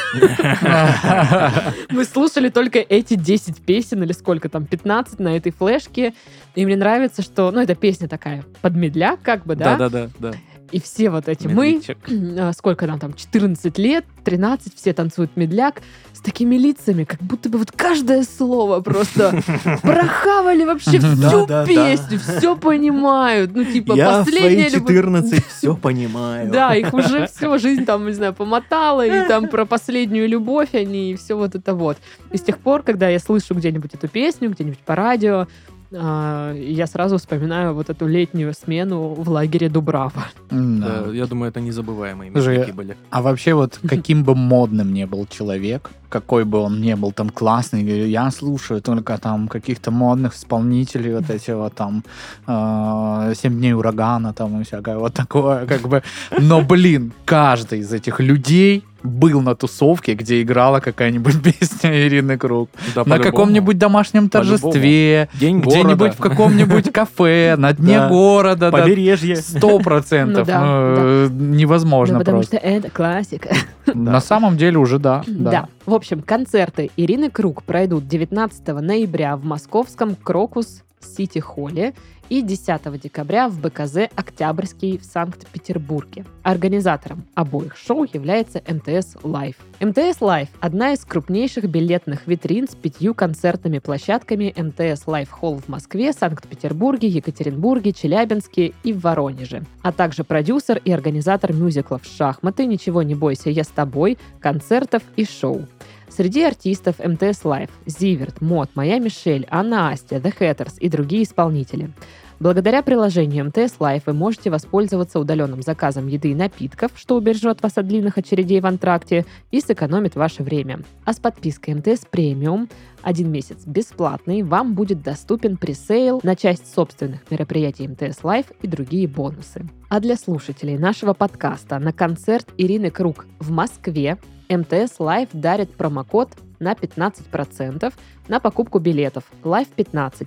Мы слушали только эти 10 песен, или сколько там, 15 на этой флешке. И мне нравится, что, ну, эта песня такая под медляк, как бы, да? Да-да-да. да. И все вот эти мы, Медведчик. а, сколько нам там, 14 лет, 13, все танцуют медляк с такими лицами, как будто бы вот каждое слово просто прохавали вообще всю Да, да, да. песню, все понимают. Ну, типа, последняя любовь. все понимаю. Да, их уже все, жизнь там, не знаю, помотала, и там про последнюю любовь они, и все вот это вот. И с тех пор, когда я слышу где-нибудь эту песню, где-нибудь по радио, а, я сразу вспоминаю вот эту летнюю смену в лагере Дубрава. Да. Да, Я думаю, это незабываемые Слушай, мечты были. А вообще вот каким бы модным не был человек, какой бы он не был там классный, говорю, я слушаю только там каких-то модных исполнителей, вот эти вот там э, «Семь дней урагана» там и всякое вот такое, как бы. Но, блин, каждый из этих людей был на тусовке, где играла какая-нибудь песня Ирины Круг. Да, на А по-любому. каком-нибудь домашнем По-любому. торжестве, день где-нибудь в города, каком-нибудь кафе, на дне Да. города. да, побережье. Сто процентов. Ну да, Ну, э, Невозможно Да, потому просто. что это классика. На самом деле уже да. Да. В общем, концерты Ирины Круг пройдут 19 ноября в московском Крокус Сити Холле и 10 декабря в БКЗ Октябрьский в Санкт-Петербурге. Организатором обоих шоу является МТС Лайф. МТС Лайф – одна из крупнейших билетных витрин с пятью концертными площадками МТС Лайф Холл в Москве, Санкт-Петербурге, Екатеринбурге, Челябинске и в Воронеже. А также продюсер и организатор мюзиклов «Шахматы», «Ничего не бойся, я с тобой», концертов и шоу. Среди артистов МТС Лайф – Зиверт, Мод, Моя Мишель, Анна Астя, The Hatters и другие исполнители. Благодаря приложению МТС Лайф вы можете воспользоваться удаленным заказом еды и напитков, что убережет вас от длинных очередей в антракте и сэкономит ваше время. А с подпиской МТС Премиум один месяц бесплатный вам будет доступен пресейл на часть собственных мероприятий МТС Лайф и другие бонусы. А для слушателей нашего подкаста на концерт Ирины Круг в Москве МТС Лайф дарит промокод на 15% на покупку билетов Life 15.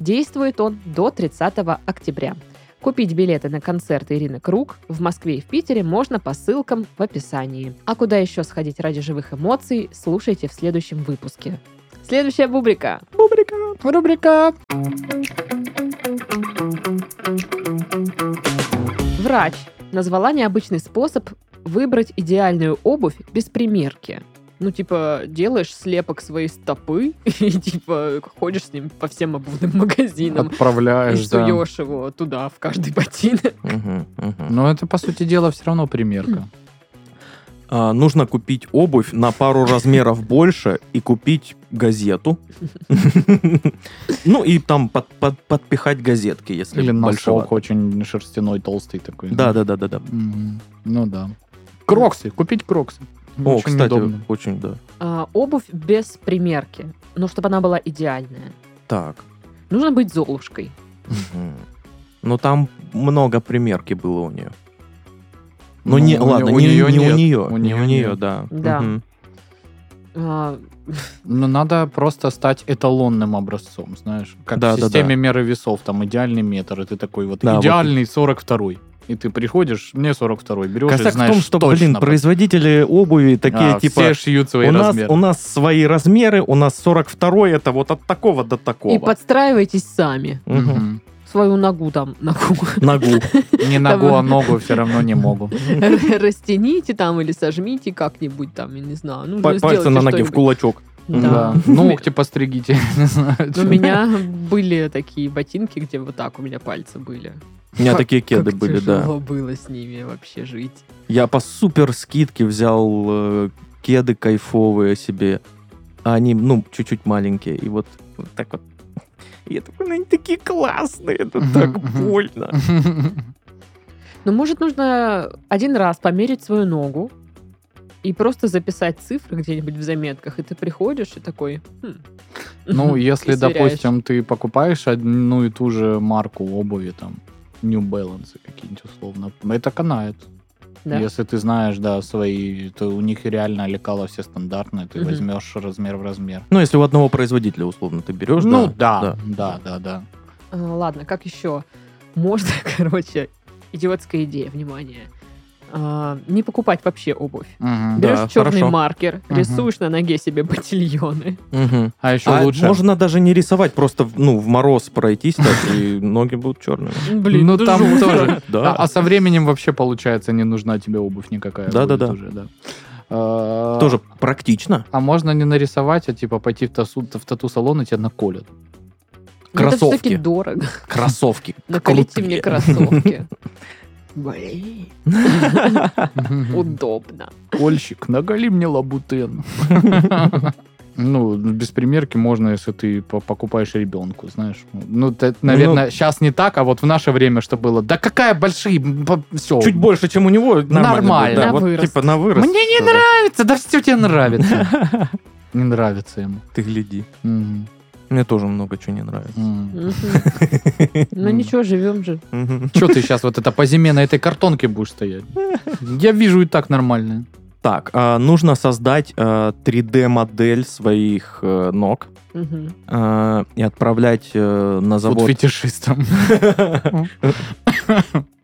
Действует он до 30 октября. Купить билеты на концерты Ирины Круг в Москве и в Питере можно по ссылкам в описании. А куда еще сходить ради живых эмоций, слушайте в следующем выпуске. Следующая бубрика. Рубрика. Рубрика. Врач назвала необычный способ выбрать идеальную обувь без примерки. Ну, типа, делаешь слепок своей стопы и, типа, ходишь с ним по всем обувным магазинам. И Отправляешь, да. суешь его туда, в каждый ботинок. Мгм, мгм. Но это, по сути дела, все равно примерка. А, Нужно купить обувь на пару размеров больше и купить газету. Ну и там под- под- подпихать газетки, если Или носок большого. очень шерстяной, толстый такой. Да, да, да, да, да. Мгм. Ну да. Кроксы. Купить кроксы. О, Очень Ну, кстати, удобно. очень, да. А, обувь без примерки. Но чтобы она была идеальная. Так. Нужно быть золушкой. Мгм. Ну там много примерки было у нее. Ну не, у ладно, не- у не, неё не у нет. нее, У не неё у нее, нет. да. Да. Мгм. А, Ну, надо просто стать эталонным образцом, знаешь. Как Да, в да, системе да. меры весов, там идеальный метр, и ты такой вот Да, вот. идеальный 42-й. И ты приходишь, мне 42-й, берешь и Косяк в знаешь том, что, точно, блин, про- производители обуви такие А, типа. Все шьют свои у нас, размеры. у нас свои размеры, у нас 42 это вот от такого до такого. и подстраивайтесь сами. Мгм. Мгм. свою ногу там, ногу Ногу. Не ногу, а ногу все равно не могу. растяните там или сожмите как-нибудь там, я не знаю. Ну, Па- сделайте Пальцы на ноге в что-нибудь. кулачок. Да. Да. Ну, Ну, Ногти постригите. не знаю, У чё. меня были такие ботинки, где вот так у меня пальцы были. У меня Как- такие кеды Как были, да. тяжело было с ними вообще жить. Я по супер скидке взял э, кеды кайфовые себе. А они, ну, чуть-чуть маленькие. И вот, вот так вот. И Я такой, ну они такие классные, это Мгм, так мгм. больно. Ну, может, нужно один раз померить свою ногу и просто записать цифры где-нибудь в заметках, и ты приходишь и такой... «Хм». Ну, если, И сверяешь. допустим, ты покупаешь одну и ту же марку обуви, там, New Balance какие-нибудь условно, это канает. Да. Если ты знаешь, да, свои, то у них реально лекала все стандартные, ты Мгм. возьмешь размер в размер. Ну, если у одного производителя, условно, ты берешь, ну да. да, да, да, да. А, Ладно, как еще? Можно, короче, идиотская идея, внимание. А, Не покупать вообще обувь. Мгм. Да. Берешь черный хорошо. маркер, Мгм. рисуешь на ноге себе ботильоны. Мгм. А еще А лучше. можно даже не рисовать, просто, в- ну, в мороз пройтись так, и ноги будут черными. Блин, ну это там жутко. тоже. А, Да. а со временем вообще получается не нужна тебе обувь никакая. Да, да, будет да. уже, да. А, Тоже практично. А можно не нарисовать, а типа пойти в, тасу- в тату-салон и тебя наколят. Ну, Это кроссовки. все-таки дорого. Кроссовки. Наколите Крутые. мне кроссовки. Блин, удобно. Кольщик, наколи мне лабутен. Ну, без примерки можно, если ты по- покупаешь ребенку, знаешь. Ну, это, наверное, сейчас не так, а вот в наше время что было? Да какая большие, все. Чуть больше, чем у него. Нормально. будет, Нормально. да, На вот вырост. Типа на вырост. Мне не Да. нравится, да все тебе нравится. Не нравится ему. Ты гляди. Мгм. Мне тоже много чего не нравится. Мгм. Мгм. Ну ничего, живем же. Че ты сейчас вот это по зиме на этой картонке будешь стоять? Я вижу и так нормально. Так, а, нужно создать а, 3D-модель своих э, ног Мгм. а, и отправлять э, на Вот завод фетишистом.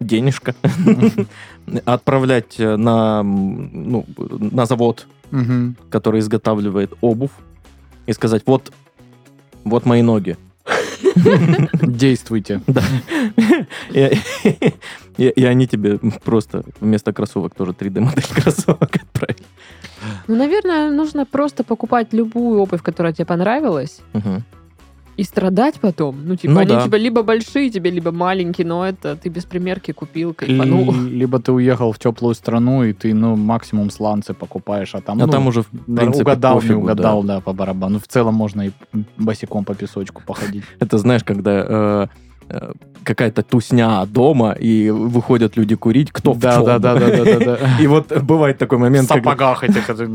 денежка. Отправлять э, на, м, ну, на завод, Мгм. который изготавливает обувь, и сказать, вот, вот мои ноги. Действуйте. И и- и они тебе просто вместо кроссовок тоже 3D-модель кроссовок отправят. Ну, наверное, нужно просто покупать любую обувь, которая тебе понравилась, Мгм. и страдать потом. Ну, типа, Ну они да. у тебя либо большие, тебе либо маленькие, но это ты без примерки купил, Ну, кайфанул. либо ты уехал в теплую страну, и ты, ну, максимум сланцы покупаешь, а там, А ну, там уже, в да, принципе, угадал, не пофигу, угадал, да. по барабану. Ну, В целом можно и босиком по песочку походить. Это знаешь, когда э, э, какая-то тусня дома, и выходят люди курить, кто Ну, в да, чем. да, да, да, да, да, да. И вот бывает такой В момент, когда сапогах этих. это-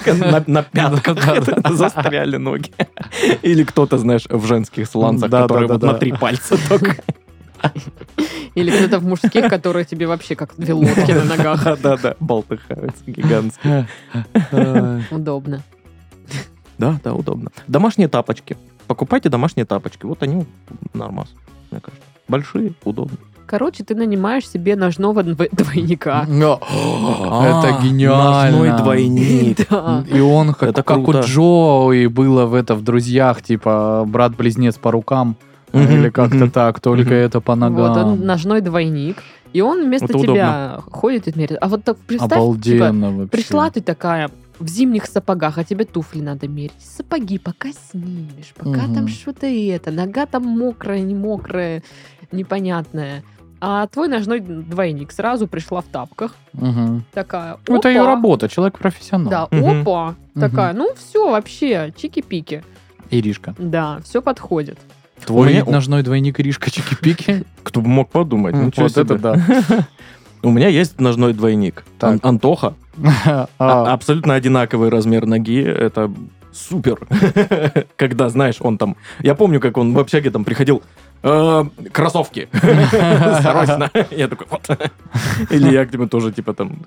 на, на пятках Да, да, да. застряли ноги. Или кто-то, знаешь, в женских сланцах, Да, которые да, вот да, на да. три пальца только. Или кто-то в мужских, которые тебе вообще как две лодки на ногах. Да-да, болтыхаются гигантские. А. Э, Удобно. Да, да, удобно. Домашние тапочки. Покупайте домашние тапочки. Вот они нормас, мне кажется. Большие, удобные. Короче, ты нанимаешь себе ножного дв- двойника. но- Это А, гениально. Ножной двойник. Да. И он, как, Это как у круто. Джоуи было в это в друзьях, типа брат-близнец по рукам. Мгм, Или как-то мгм. так, только Мгм. это по Вот ногам. он ножной двойник. И он вместо Это тебя ходит и мерит. А вот так представь, типа, Обалденно вообще. пришла ты такая в зимних сапогах, а тебе туфли надо мерить. Сапоги пока снимешь, пока Мгм. там что-то и это. Нога там мокрая, не мокрая, непонятная. А твой ножной двойник сразу пришла в тапках. Мгм. Такая, Ну, Это ее типа опа. работа, человек профессионал. Да, Мгм. опа. Такая, ну все, вообще, чики-пики. Иришка. Да, все подходит. Твой Твой у- ножной двойник Иришка Чики-Пики. Кто бы мог подумать? Ничего Вот себе. это да. У меня есть ножной двойник. Так. Ан- Антоха. А- А, Абсолютно одинаковый размер ноги. Это супер. Когда, знаешь, он там... Я помню, как он в общаге там приходил... «Э, Кроссовки. Срочно. Я такой, вот. Или я к нему тоже, типа, там...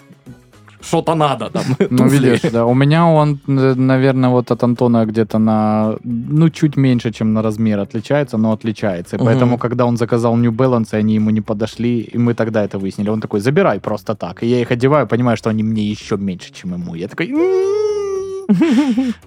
Что-то надо там. Ну, туфли». видишь, да. У меня он, э, наверное, вот от Антона где-то на, ну, чуть меньше, чем на размер отличается, но отличается. И Мгм. поэтому, когда он заказал New Balance, и они ему не подошли, и мы тогда это выяснили. Он такой, забирай просто так. И я их одеваю, понимаю, что они мне еще меньше, чем ему. Я такой... «М-м-м».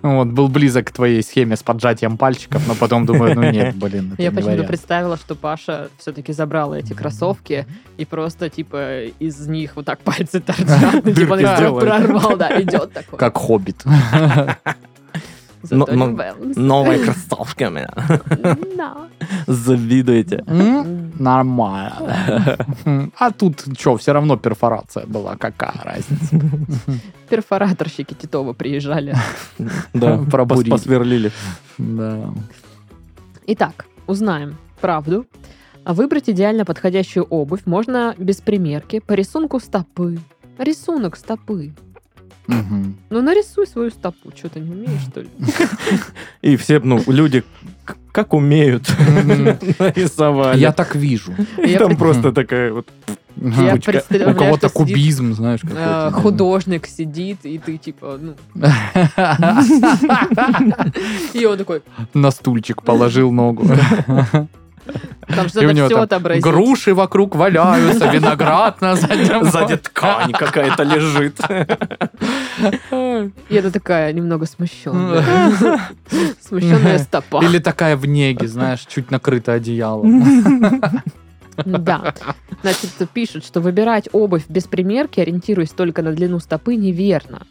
Вот, был близок к твоей схеме с поджатием пальчиков, но потом думаю, ну нет, блин, это Я не почему-то вариант. представила, что Паша все-таки забрала эти кроссовки и просто, типа, из них вот так пальцы торчат. Ну, Типа, он их Дырки вдруг делает. прорвал, да, идет такой. Как хоббит. Зато но- не Вэланс. Новые кроссовки у меня. Да. Завидуете. М? М. Нормально. А тут что, все равно перфорация была, какая разница? Перфораторщики Титова приезжали. Да, Пос- пробурили. Посверлили. Да. Итак, узнаем правду. А Выбрать идеально подходящую обувь можно без примерки по рисунку стопы. Рисунок стопы. Мгм. Ну, нарисуй свою стопу. Что, ты не умеешь, что ли? И все, ну, люди к- как умеют Мгм. нарисовали. Я так вижу. И Я там пред- просто такая вот... Я У представляю, кого-то что сидит, кубизм, знаешь, э, какой-то. художник сидит, и ты типа, ну... И он такой, На стульчик положил ногу. там И у что-то него все там отобразить. Груши вокруг валяются, виноград на заднем Сзади ткань какая-то лежит. фоне. И это такая немного смущенная. Смущенная стопа. Или такая в неге, знаешь, чуть накрыта одеялом. Да. Значит, пишут, что выбирать обувь без примерки, ориентируясь только на длину стопы, неверно.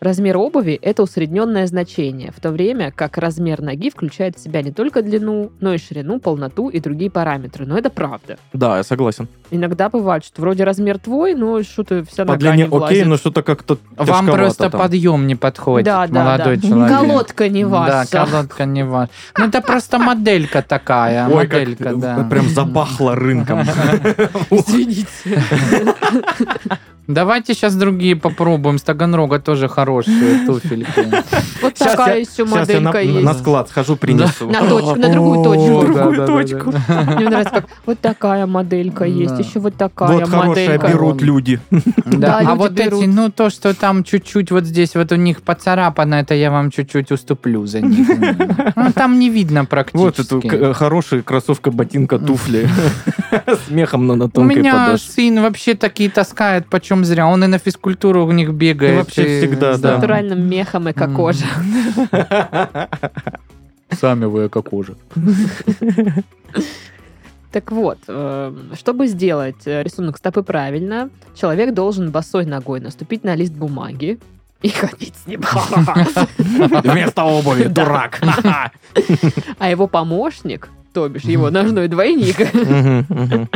Размер обуви – это усредненное значение, в то время как размер ноги включает в себя не только длину, но и ширину, полноту и другие параметры. Но это правда. Да, я согласен. Иногда бывает, что вроде размер твой, но что-то вся По нога длине не окей, влазит. но что-то как-то Вам тяжковато просто там. подъем не подходит, да, да, молодой да. человек. Колодка не ваша. Да, колодка не ваша. Ну, это просто моделька такая, Ой, как э, моделька, да. прям запахло рынком. Извините. Давайте сейчас другие попробуем. С Таганрога тоже хорошие туфельки. Вот Щас такая я- еще Сейчас я на- моделька на есть. склад схожу, принесу. На точку, на другую О, точку. да, Другую да, да, точку. да. Мне нравится, как вот такая моделька есть, Да. еще вот такая Вот хорошее моделька. берут люди. Да, Да, а люди вот берут. эти, ну то, что там чуть-чуть вот здесь вот у них поцарапано, это я вам чуть-чуть уступлю за них. Ну там не видно Вот э, это практически. к- хорошая кроссовка, ботинка, туфли. С мехом на- на У тонкой меня подошве. сын вообще такие таскает, почем зря. Он и на физкультуру у них бегает. Да вообще и- всегда, С да. натуральным мехом и Мгм. кожа. Сами вы эко-кожа. Так вот, эм, чтобы сделать э, рисунок стопы правильно, человек должен босой ногой наступить на лист бумаги и ходить с ним. Вместо обуви, Да. дурак. А его помощник, то бишь его ножной двойник, Мгм, мгм.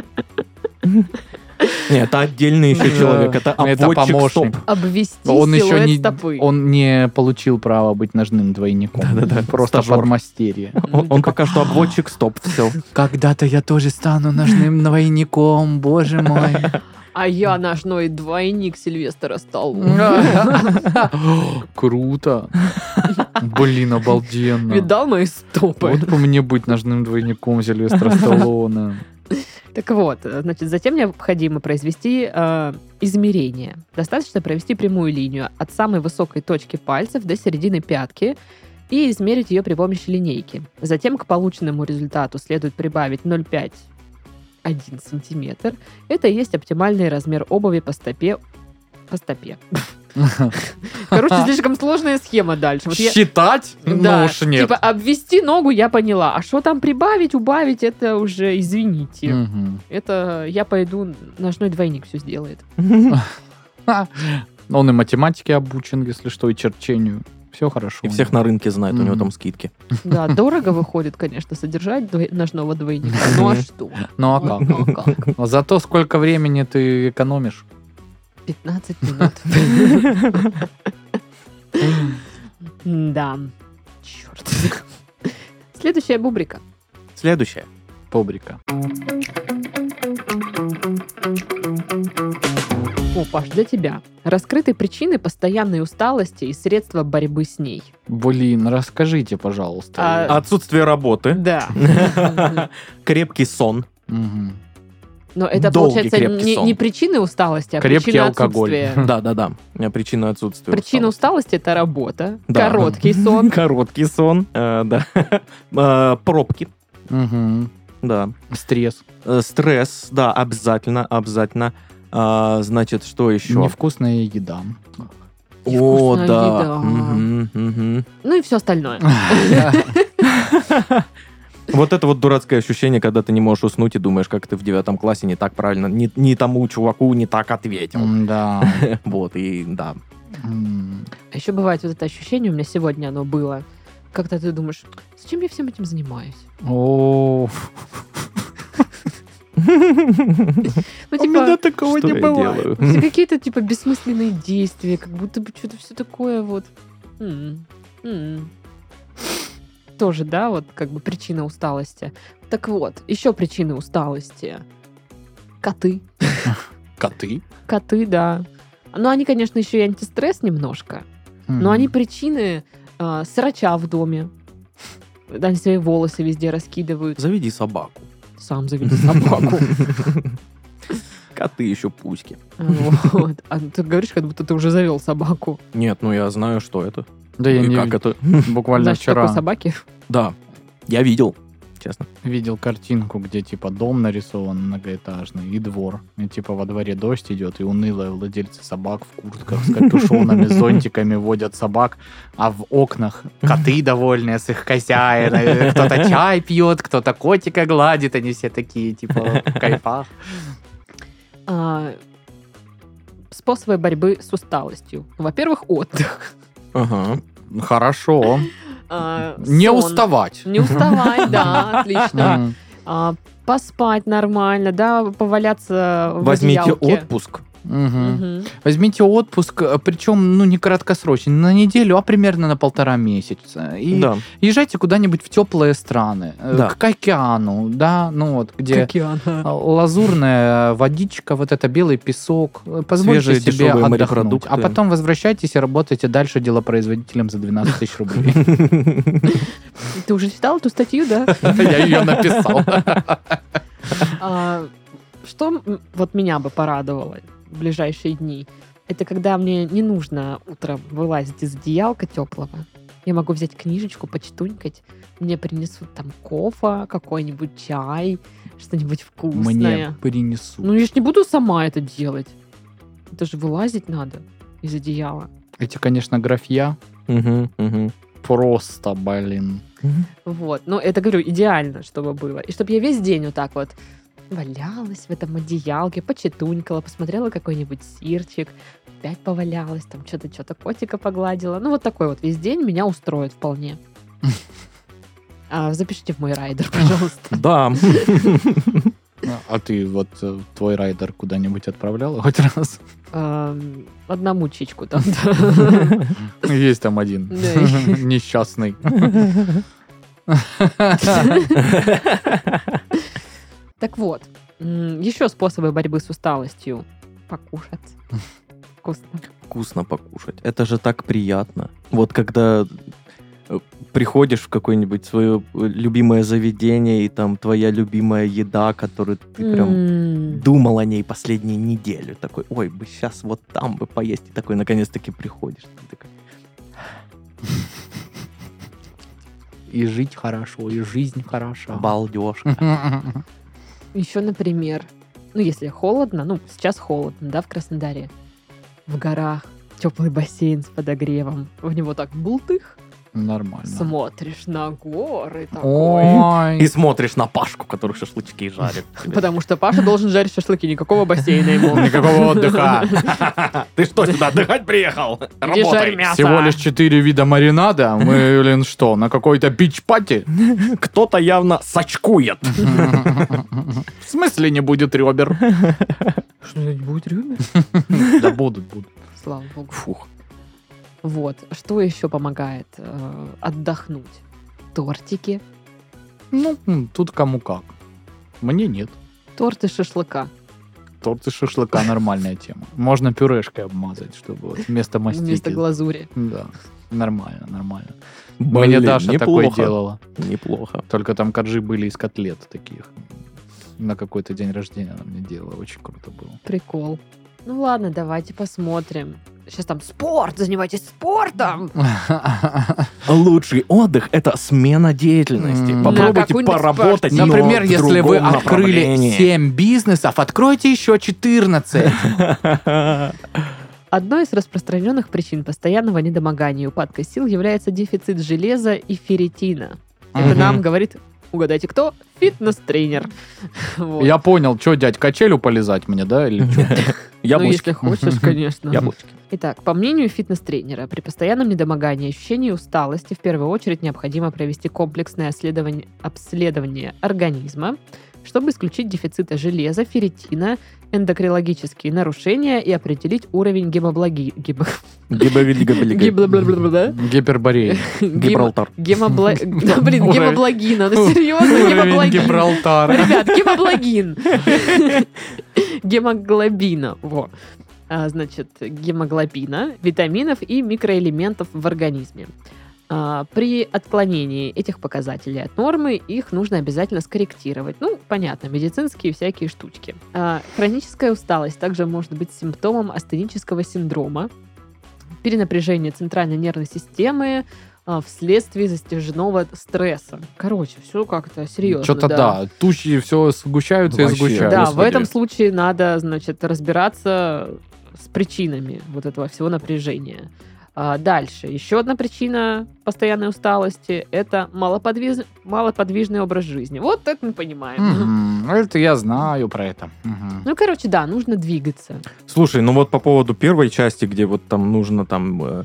Нет, это отдельный еще Да. человек, это Это обводчик стоп. помощник. обвести А Он еще силуэт не, стопы. он не получил право быть ножным двойником. Да-да-да, Просто стажер. подмастерье. Он он пока что обводчик стоп все. Когда-то я тоже стану ножным двойником, боже мой. А я ножной двойник Сильвестра Сталлоне. Круто. Блин, обалденно. Видал мои стопы? Вот бы мне быть ножным двойником Сильвестра Сталлоне. Так вот, э, значит, затем необходимо произвести э, измерение. Достаточно провести прямую линию от самой высокой точки пальцев до середины пятки и измерить ее при помощи линейки. Затем к полученному результату следует прибавить 0,5 1 сантиметр. Это и есть оптимальный размер обуви по стопе. По стопе. Короче, слишком сложная схема дальше. Вот я- Считать? да, Ну уж нет. Типа обвести ногу я поняла, а что там прибавить, убавить, это уже извините. Мгм. Это я пойду, ножной двойник все сделает. И Ха. Он и математике обучен, если что, и черчению. Все хорошо. у всех него. на рынке знают, у него Мгм. там скидки. Да, дорого выходит, конечно, содержать двой- ножного двойника. Ну а что? Ну а Ну, как? ну, а как? А Зато сколько времени ты экономишь? 15 минут. Да. Черт. Следующая бубрика. Следующее. Побрика. О, Паш, для тебя. Раскрыты причины постоянной усталости и средства борьбы с ней. Блин, расскажите, пожалуйста. А- Отсутствие работы. Да. Крепкий сон. Мгм. Но это, Долгий получается, крепкий не, сон. не причины усталости, а Крепкий причина алкоголь. отсутствия. Да-да-да. Э, Причина отсутствия. Причина усталости – усталости. это работа, Да. короткий сон, Короткий сон. э, Да. Э, Пробки. Мгм. Да. Стресс. Э, Стресс, да, Э, обязательно, обязательно. А, Значит, что еще? Невкусная еда. И О, вкусная да. еда. Мгм, мгм. Ну и все остальное. Вот это вот дурацкое ощущение, когда ты не можешь уснуть и думаешь, как ты в девятом классе не так правильно, не, не тому чуваку не так ответил. Да. Вот, и да. А еще бывает вот это ощущение, у меня сегодня оно было. Когда ты думаешь, зачем я всем этим занимаюсь? О, Ну, у меня такого Что не я бывает. делаю? Все какие-то, типа, бессмысленные действия, как будто бы что-то все такое вот. М, м. Тоже, да, вот как бы причина усталости. Так вот, еще причины усталости. Коты. Коты. Коты, да. Но они, конечно, еще и антистресс немножко, но Ну, они причины а, срача в доме. Они свои волосы везде раскидывают. Заведи собаку. Сам заведи собаку. Коты еще пуськи. Вот. А ты говоришь, как будто ты уже завел собаку. Нет, ну я знаю, что это. Ну Да я и не как это. буквально Знаешь, что такое вчера собаки? Да, я видел, честно. видел картинку, где типа дом нарисован многоэтажный и двор. И типа во дворе дождь идет, и унылые владельцы собак в куртках с капюшонами, с зонтиками водят собак, а в окнах коты довольные с их хозяина. Кто-то чай пьет, кто-то котика гладит, они все такие типа в кайфах. а, способы борьбы с усталостью. Во-первых, отдых. Ага. Хорошо. А, Не сон. уставать. Не уставай, да, отлично. М, А, поспать нормально, да, поваляться в Возьмите одеялке. отпуск. мгм. Мгм. Возьмите отпуск, э, причем, ну, не краткосрочный, на неделю, а примерно на полтора месяца. И Да. езжайте куда-нибудь в теплые страны, э, Да. к океану, да, ну вот, где Какие она? э, лазурная водичка, вот это белый песок. Э, Позвольте Свежие себе дешевые отдохнуть. морепродукты. А потом возвращайтесь и работайте дальше делопроизводителем за 12 тысяч рублей. Ты уже читал эту статью, да? Я ее написал. А, Что м, вот меня бы порадовало в ближайшие дни? Это когда мне не нужно утром вылазить из одеялка теплого. Я могу взять книжечку, почтунькать. Мне принесут там кофе, какой-нибудь чай, что-нибудь вкусное. Мне принесут. Ну, я ж не буду сама это делать. Это же вылазить надо из одеяла. Эти, конечно, графья Мгм, мгм. просто, блин. Вот. Но это, говорю, идеально, чтобы было. И чтобы я весь день вот так вот валялась в этом одеялке, почетунькала, посмотрела какой-нибудь сирчик, опять повалялась, там что-то, что-то котика погладила. Ну, вот такой вот весь день меня устроит вполне. А, запишите в мой райдер, пожалуйста. Да. А ты вот э, твой райдер куда-нибудь отправляла хоть раз? Эм, Одному чичку там. да. Ну, Есть там один. Да, и- Несчастный. Так вот, еще способы борьбы с усталостью. Покушать. Вкусно. Вкусно покушать. Это же так приятно. Вот когда э, приходишь в какое-нибудь свое э, любимое заведение, и там твоя любимая еда, которую ты прям М, думал о ней последнюю неделю. Такой, ой, бы сейчас вот там бы поесть. И такой, наконец-таки приходишь. Ты такой, И жить хорошо, и жизнь хороша. балдежка. Еще, например, ну, если холодно, ну, сейчас холодно, да, в Краснодаре, в горах теплый бассейн с подогревом. В него так бултых, Нормально. смотришь на горы такой. И Ой. смотришь на Пашку, который шашлычки жарит. Потому что Паша должен жарить шашлыки, никакого бассейна ему. Никакого отдыха. Ты что, сюда отдыхать приехал? Иди жарь мясо. Всего лишь четыре вида маринада. Мы, блин, что, на какой-то пич-пати? Кто-то явно сачкует. В смысле не будет ребер? Что-нибудь будет рюмер? Да будут, будут. Слава богу. Фух. Вот. Что еще помогает э, отдохнуть? Тортики. Ну, м, тут кому как. Мне нет. Торты шашлыка. Торт из шашлыка нормальная тема. Можно пюрешкой обмазать, чтобы вот вместо вместо мастики. глазури. Да. Нормально, нормально. Мне Блин, Даша такое неплохо. делала. Неплохо. Только там коржи были из котлет таких. На какой-то день рождения она мне делала. Очень круто было. Прикол. Ну ладно, давайте посмотрим. Сейчас там спорт, занимайтесь спортом. Лучший отдых — это смена деятельности. М. На Попробуйте какую-нибудь поработать, спа- но Например, в если вы другом открыли направлении. 7 бизнесов, откройте еще 14. Одной из распространенных причин постоянного недомогания и упадка сил является дефицит железа и ферритина. Это Мгм. нам говорит, угадайте кто? Фитнес-тренер. Вот. Я понял, что, дядь, качелю полезать мне, да? Или чё? Ну, Яблочки. если хочешь, конечно. Яблочки. Итак, по мнению фитнес-тренера, при постоянном недомогании, ощущении усталости в первую очередь необходимо провести комплексное обследование, обследование организма, чтобы исключить дефициты железа, ферритина, эндокринологические нарушения и определить уровень гемоблоги... гем- Гибель-гибель-гибель. гибло-бла-бла-бла-бла. Гиберборея. Гем- Гибралтар. гемобла- Да, Блин, Уровень. гемоблогина. Ну серьезно, Уровень гемоблогин. Гибралтара. Ребят, гемоблогин. Гемоглобина. Во. А, Значит, гемоглобина, витаминов и микроэлементов в организме. А, При отклонении этих показателей от нормы их нужно обязательно скорректировать. Ну, понятно, медицинские всякие штучки. А, Хроническая усталость также может быть симптомом астенического синдрома, перенапряжение центральной нервной системы а, вследствие застяжного стресса. Короче, все как-то серьезно. Что-то да, тучи все сгущаются и Вообще. сгущаются. Да, в Господи. этом случае надо, значит, разбираться с причинами вот этого всего напряжения. А, дальше. Еще одна причина постоянной усталости – это малоподвиз- малоподвижный образ жизни. Вот это мы понимаем. Мгм, Ну, Это я знаю про это. Мгм. Ну, короче, да, нужно двигаться. Слушай, ну вот по поводу первой части, где вот там нужно там э,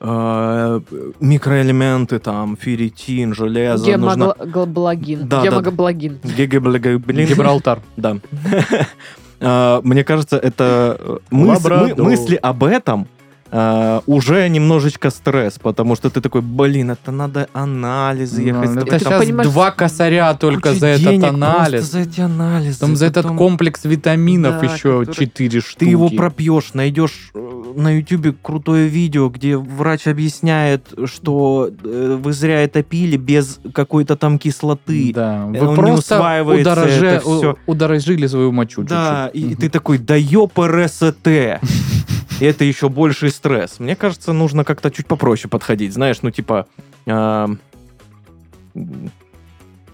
э, микроэлементы, там ферритин, железо, нужно... Гемоглоблагин. Да, да, да. Гемоглоблагин. Гигаблагаблин. Гибралтар. Да. Э, Мне кажется, это э, мыс- мы- Лабрадор. мысли об этом э, уже немножечко стресс, потому что ты такой, блин, это надо анализы ехать. Ну, сдавать». Это Ты сейчас понимаешь, два косаря только Куча за этот денег просто анализ. за эти анализы. Там за этот потом комплекс витаминов Да, еще который- четыре штуки. Ты его пропьешь, найдешь э, на ютубе крутое видео, где врач объясняет, что э, вы зря это пили без какой-то там кислоты. Э, Да, он вы не просто усваивается, удороже- это всё. у- удорожили свою мочу Да, и, чуть-чуть. ты такой, да ёп РСТ. И это еще больший стресс. Мне кажется, нужно как-то чуть попроще подходить. Знаешь, ну типа... эм, м,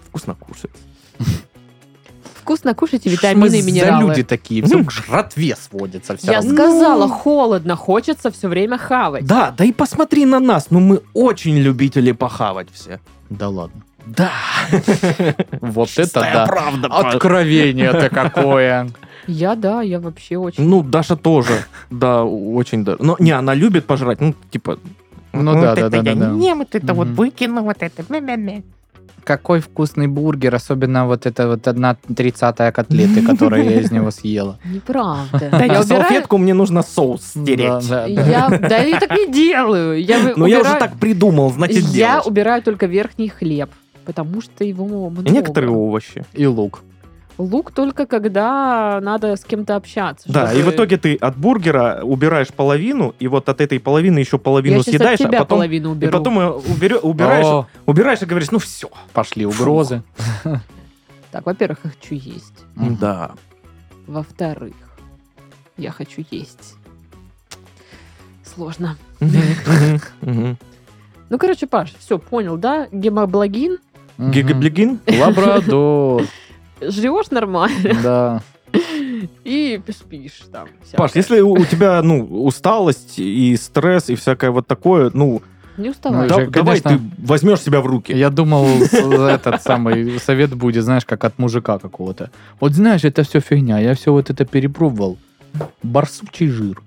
Вкусно кушать. Вкусно кушайте Мгм. витамины Что ж и мы минералы. За люди такие, все к жратве сводится. Все Я сказала, холодно, хочется все время хавать. Ну. Да, да и посмотри на нас. Ну мы очень любители похавать все. Да ладно. Да. Вот это Чистая да. правда. Паш. Откровение-то какое. Я, да, я вообще очень... Ну, Даша тоже. Да, очень даже. Но не, она любит пожрать. Ну, типа... Ну вот да, это да, да, я да, да. Не, вот это вот Мгм. выкину, вот это. мя-мя-мя. Какой вкусный бургер, особенно вот эта вот одна тридцатая котлеты, которую я из него съела. Неправда. Дайте Я убираю Ну. А салфетку, мне нужно соус стереть. Да, да, да. Я, да я так не делаю. Я вы- Ну, я уже убираю- так придумал, значит, Я делать. убираю только верхний хлеб, потому что его много. И Некоторые овощи. И лук. Лук только когда надо с кем-то общаться. Да, и чтобы- в итоге ты от бургера убираешь половину, и вот от этой половины еще я половину щас съедаешь, от тебя а потом... половину И уберу. потом э, убере- убираешь, О, убираешь и говоришь, ну все. пошли угрозы. Так, во-первых, я хочу есть. Мгм. Да. Во-вторых, я хочу есть. Сложно. Ну, короче, Паш, все, понял, да? Гемоблогин, Мгм. Гигиблигин? Лабрадор. жрешь нормально Да. и спишь там. всякое. Паш, если у у тебя, ну, усталость и стресс и всякое вот такое, ну, Не уставай. Ну, да- же, давай ты конечно. возьмешь себя в руки. Я думал, с- этот самый совет будет, знаешь, как от мужика какого-то. Вот знаешь, это все фигня, я все вот это перепробовал. Барсучий жир.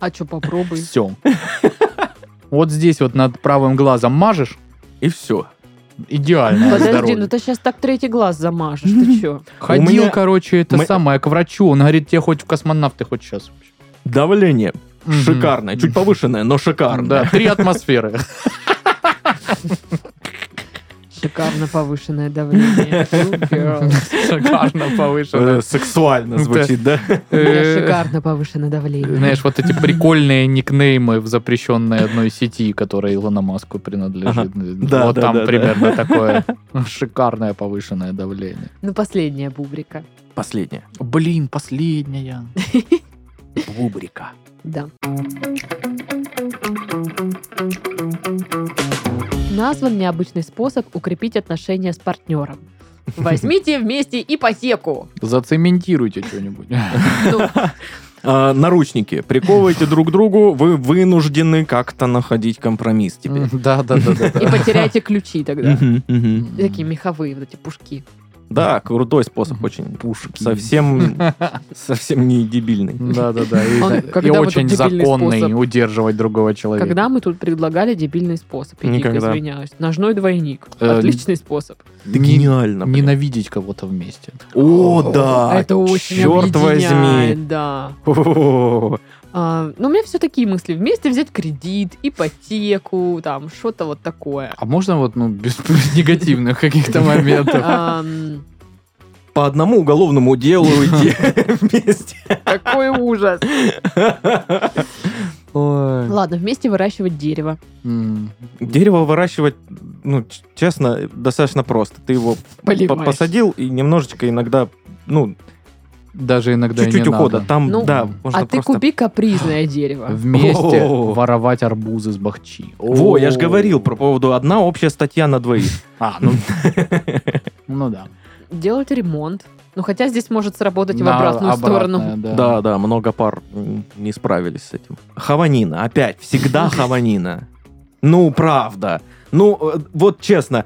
А что, попробуй. Все. Вот здесь вот над правым глазом мажешь, И все. идеально. Подожди, здоровье. ну ты сейчас так третий глаз замажешь, ты че? Ходил, У меня- короче, это мы- самое, к врачу. Он говорит, тебе хоть в космонавты, хоть сейчас. Давление шикарное, чуть повышенное, но шикарное. Э, Да, три атмосферы. Шикарно повышенное давление. Good girl. Шикарно Э, повышено. Сексуально Да. звучит, да? У меня шикарно повышенное давление. Э, Знаешь, вот эти прикольные никнеймы в запрещенной одной сети, которая Илона Маску принадлежит. Да, вот да, там да, да. примерно такое шикарное повышенное давление. Ну, последняя бубрика. Последнее. Блин, последняя. Бубрика. Да. Назван необычный способ укрепить отношения с партнером. Возьмите вместе ипотеку. Зацементируйте что-нибудь. Ну, А, наручники. Приковываете друг к другу, вы вынуждены как-то находить компромисс теперь. Да, да, да, да. И потеряйте ключи тогда. Мгм, мгм. Такие меховые вот эти пушки. Да, крутой способ очень. пушки. Совсем, совсем не дебильный. Да, да, да. И, Он- и когда вот очень этот дебильный законный способ. удерживать другого человека. Когда мы тут предлагали дебильный способ, я дико Никогда. извиняюсь. Ножной двойник. Э, Отличный способ. Ты Не- гениально. блин. Ненавидеть кого-то вместе. О, да. Это очень черт объединяет, возьми. да. О, А, но у меня все такие мысли. Вместе взять кредит, ипотеку, там, что-то вот такое. А можно вот, ну, без, без негативных каких-то моментов? Ам, По одному уголовному делу идти вместе. Какой ужас. Ой. Ладно, вместе выращивать дерево. М. Дерево выращивать, ну, ч- честно, достаточно просто. Ты его Поливаешь. по- посадил и немножечко иногда, ну, Даже иногда и не чуть-чуть ухода. надо. Там, Ну, да, можно А ты просто... купи капризное дерево. Вместе О. воровать арбузы с бахчи. Во, я же О. говорил про поводу одна общая статья на двоих. А, ну... Ну да. Делать ремонт. Ну, хотя здесь может сработать и в На обратную обратное, сторону. Да, да, много пар м, не справились с этим. Хаванина, опять, всегда хаванина. Ну, правда. Ну, э, вот честно,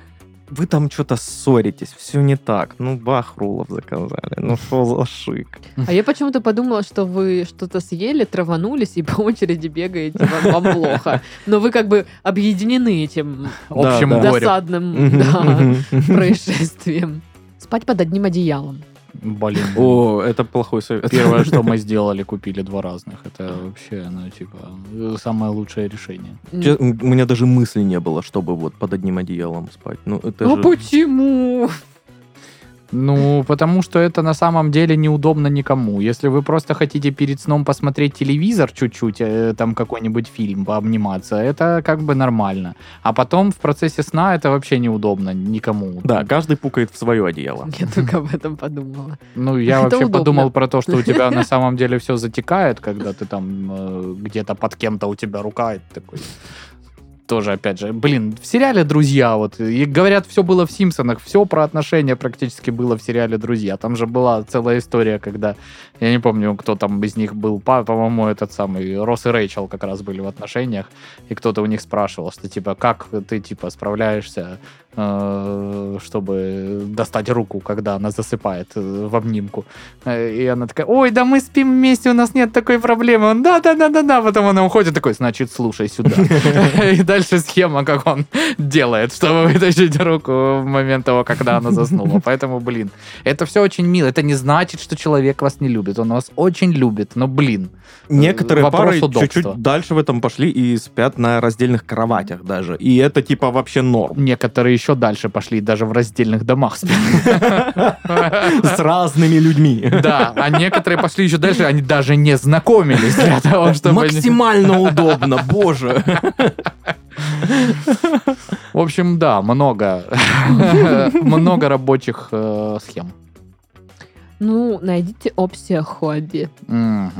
вы там что-то ссоритесь, все не так. Ну, Бахрулов заказали, ну что за шик. А я почему-то подумала, что вы что-то съели, траванулись и по очереди бегаете, вам, вам плохо. Но вы как бы объединены этим Общим Да. горем. досадным да, Мгм, мгм. происшествием. Спать под одним одеялом. Блин. О, это плохой совет. Первое, что мы сделали, купили два разных. Это вообще, ну, типа, э, самое лучшее решение. М. Че- У меня даже мысли не было, чтобы вот под одним одеялом спать. Ну, это Ну же... почему? Ну, потому что это на самом деле неудобно никому. Если вы просто хотите перед сном посмотреть телевизор чуть-чуть, э, там какой-нибудь фильм, пообниматься, это как бы нормально. А потом в процессе сна это вообще неудобно никому. Да, каждый пукает в свое одеяло. Я только об этом подумала. Ну, я Это вообще удобно. подумал про то, что у тебя на самом деле все затекает, когда ты там э, где-то под кем-то у тебя рука и ты такой. Тоже, опять же, блин, в сериале «Друзья», вот, и говорят, все было в «Симпсонах», все про отношения практически было в сериале «Друзья». Там же была целая история, когда, я не помню, кто там из них был, по- по-моему, этот самый, Росс и Рэйчел как раз были в отношениях, и кто-то у них спрашивал, что, типа, как ты, типа, справляешься э, чтобы достать руку, когда она засыпает э, в обнимку. Э, И она такая, ой, да мы спим вместе, у нас нет такой проблемы. Он, да-да-да-да-да. Потом она уходит, такой, значит, слушай сюда. И дальше схема, как он делает, чтобы вытащить руку в момент того, когда она заснула. Поэтому, блин, это все очень мило. Это не значит, что человек вас не любит. Он вас очень любит, но, блин. Некоторые Вопрос пары удобства. чуть-чуть дальше в этом пошли и спят на раздельных кроватях даже. И это типа вообще норм. Некоторые еще дальше пошли, даже в раздельных домах спят. С разными людьми. Да, а некоторые пошли еще дальше, они даже не знакомились для того, чтобы... они- Максимально удобно, боже. В общем, да, много. Много рабочих э, схем. Ну, найдите общее хобби. Мгм.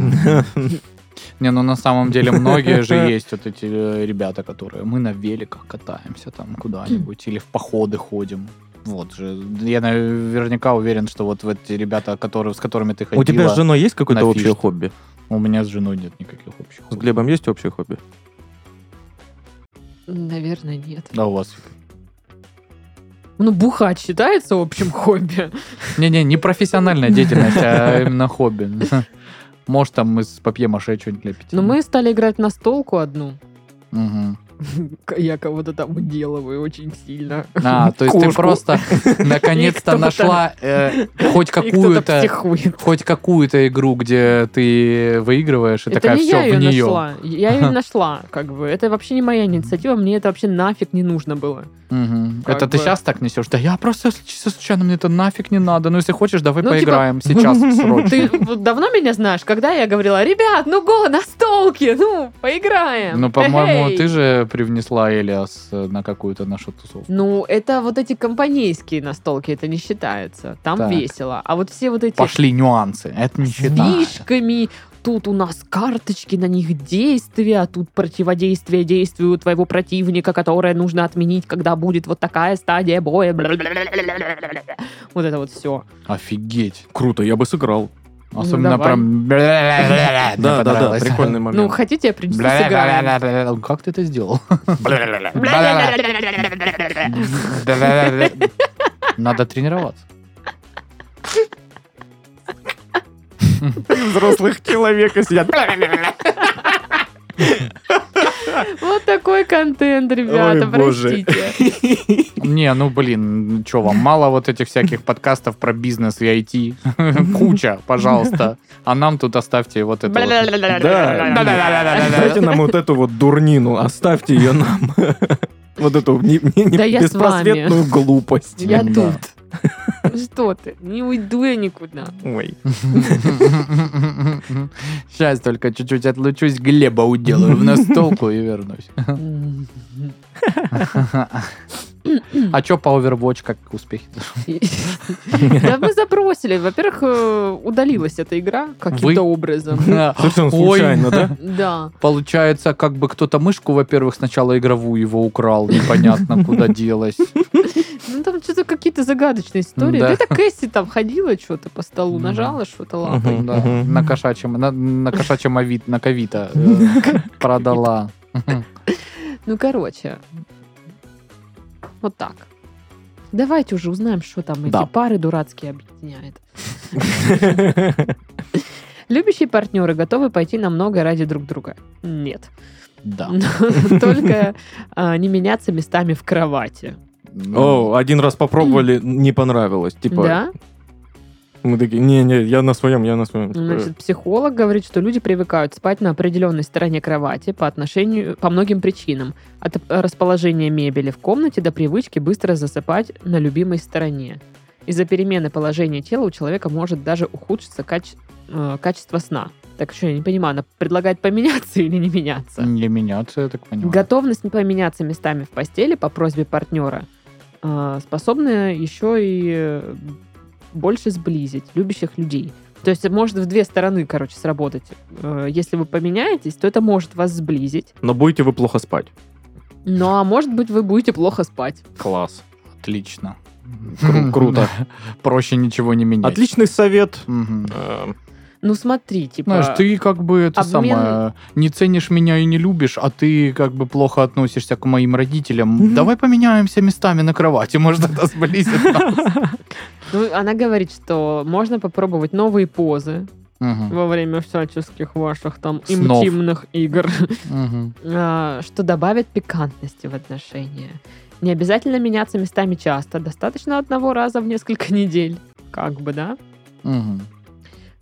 Не, ну на самом деле многие же есть вот эти э, ребята, которые мы на великах катаемся там куда-нибудь или в походы ходим. Вот же. Я наверняка уверен, что вот в эти ребята, которые, с которыми ты ходила... У тебя с женой есть какое-то на общее фишке. хобби? У меня с женой нет никаких общих. С Глебом есть общее хобби? Наверное, нет. Да, у вас. Ну, бухать считается общим хобби. Не-не, не профессиональная деятельность, а именно хобби. Может, там мы с папье-маше что-нибудь лепить. Но Ну, мы стали играть на столку одну. Мгм. Я кого-то там уделываю очень сильно. А, то есть ты Кошку. просто наконец-то кто-то- нашла э, хоть И кто-то какую-то психует. хоть какую-то игру, где ты выигрываешь, и Это такая не все я ее в нее. нашла. Я ее нашла, как бы. Это вообще не моя инициатива, мне это вообще нафиг не нужно было. Как Это ты бы. сейчас так несешь? Да я просто с- чисто случайно, мне это нафиг не надо. Ну, если хочешь, давай Ну, типа- поиграем сейчас срочно. Ты вот давно меня знаешь, когда я говорила, ребят, ну го, на столке, ну, поиграем. Ну, по-моему, Эй!» ты же привнесла Элиас э, на какую-то нашу тусовку. Ну, это вот эти компанейские настолки, это не считается. Там Так. весело. А вот все вот эти Пошли нюансы. Это не с считается. фишками, тут у нас карточки, на них действия, тут противодействие действию твоего противника, которое нужно отменить, когда будет вот такая стадия боя. бла-бла-бла-бла-бла-бла-бла. Вот это вот все. Офигеть. Круто, я бы сыграл. Особенно давай. прям... Да, Да, да, да, прикольный Ну, момент. хотите, я приду сыграю. Как ты это сделал? Надо тренироваться. Взрослых человека сидят. Вот такой контент, ребята, Ой, боже. простите. Не, ну блин, что вам, мало вот этих всяких подкастов про бизнес и IT? Куча, пожалуйста. А нам тут оставьте вот это вот. Дайте нам вот эту вот дурнину, оставьте ее нам. Вот эту не- не- не- Да я с вами. беспросветную глупость. Я Да. тут. Что ты? Не уйду я никуда. Ой. Сейчас только чуть-чуть отлучусь, Глеба уделаю в настолку и вернусь. А что по Overwatch, как успехи? Да мы забросили. Во-первых, э, удалилась эта игра Вы? каким-то образом. Совершенно Ой. случайно, да? Да. Получается, как бы кто-то мышку, во-первых, сначала игровую его украл, непонятно куда делась. Ну там что-то какие-то загадочные истории. Да. Да это Кэсси там ходила что-то по столу, Мгм. нажала что-то Мгм. лапой. Да, Мгм. на кошачьем, на, на кошачьем авит, на ковита э, продала. Ну, короче, вот так. Давайте уже узнаем, что там Да. эти пары дурацкие объединяет. Любящие партнеры готовы пойти на многое ради друг друга. Нет. Да. Но Только а, не меняться местами в кровати. Ну, О, один раз попробовали, не понравилось. Типа, Да? мы такие, не-не, я на своем, я на своем. Значит, психолог говорит, что люди привыкают спать на определенной стороне кровати по отношению по многим причинам. От расположения мебели в комнате до привычки быстро засыпать на любимой стороне. Из-за перемены положения тела у человека может даже ухудшиться каче- э, качество сна. Так что я не понимаю, она предлагает поменяться или не меняться? не меняться, я так понимаю. Готовность не поменяться местами в постели по просьбе партнера э, способна еще и э, больше сблизить любящих людей. То есть может в две стороны, короче, сработать. Э, Если вы поменяетесь, то это может вас сблизить. Но будете вы плохо спать. Ну а может быть вы будете плохо спать. Класс. Отлично. Кру- круто. Проще ничего не менять. Отличный совет. Мгм. Эм, Ну смотри, типа... Знаешь, ты как бы это обмен- самое, не ценишь меня и не любишь, а ты как бы плохо относишься к моим родителям. Мгм. Давай поменяемся местами на кровати, может это сблизит нас. Ну, она говорит, что можно попробовать новые позы Мгм. во время всяческих ваших там Снов. интимных игр. Мгм. а, что добавит пикантности в отношения. Не обязательно меняться местами часто, достаточно одного раза в несколько недель. Как бы, да? Мгм.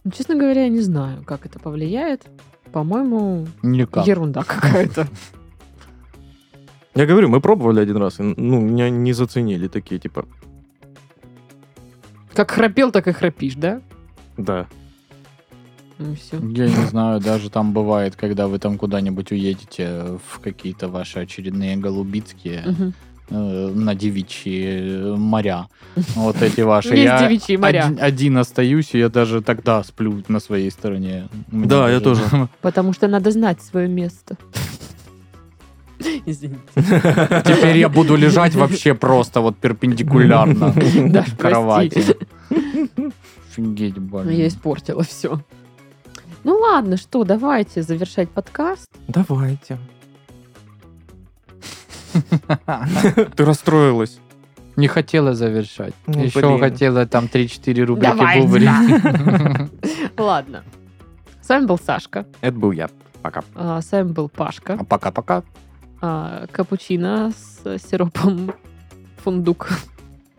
Ну, честно говоря, я не знаю, как это повлияет. По-моему, Никак. ерунда какая-то. Я говорю, мы пробовали один раз, и, ну, меня не заценили такие, типа, Как храпел, так и храпишь, да? да. Ну, все. Я не знаю, даже там бывает, когда вы там куда-нибудь уедете в какие-то ваши очередные голубицкие э, на девичьи моря. Вот эти ваши. Есть Я девичьи моря. Один, один остаюсь, и я даже тогда сплю на своей стороне. У меня Да, я даже- Потому что надо знать свое место. Извините. Теперь я буду лежать вообще просто вот перпендикулярно Даш, к кровати. прости. Офигеть, блин. Я испортила все. Ну ладно, что, давайте завершать подкаст. Давайте. Ты расстроилась. Не хотела завершать. Ну, Еще блин. хотела там 3-4 рубрики Давай, бубрики. Ладно. С вами был Сашка, Это был я. Пока. а, с вами был Пашка, А Пока-пока. а, капучино с сиропом фундук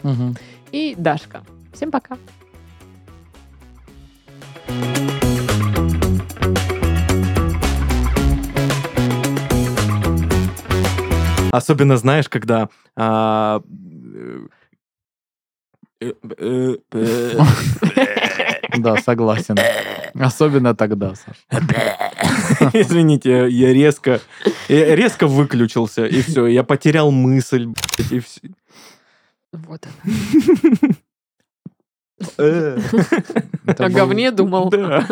Мгм. и Дашка. Всем пока. Особенно знаешь, когда... а, э, э, э, э, Да, согласен. Особенно тогда, Саш. Извините, я резко... Я резко выключился, и все. Я потерял мысль, блядь, и всё. Вот она. Э. Это О был- говне думал. Да.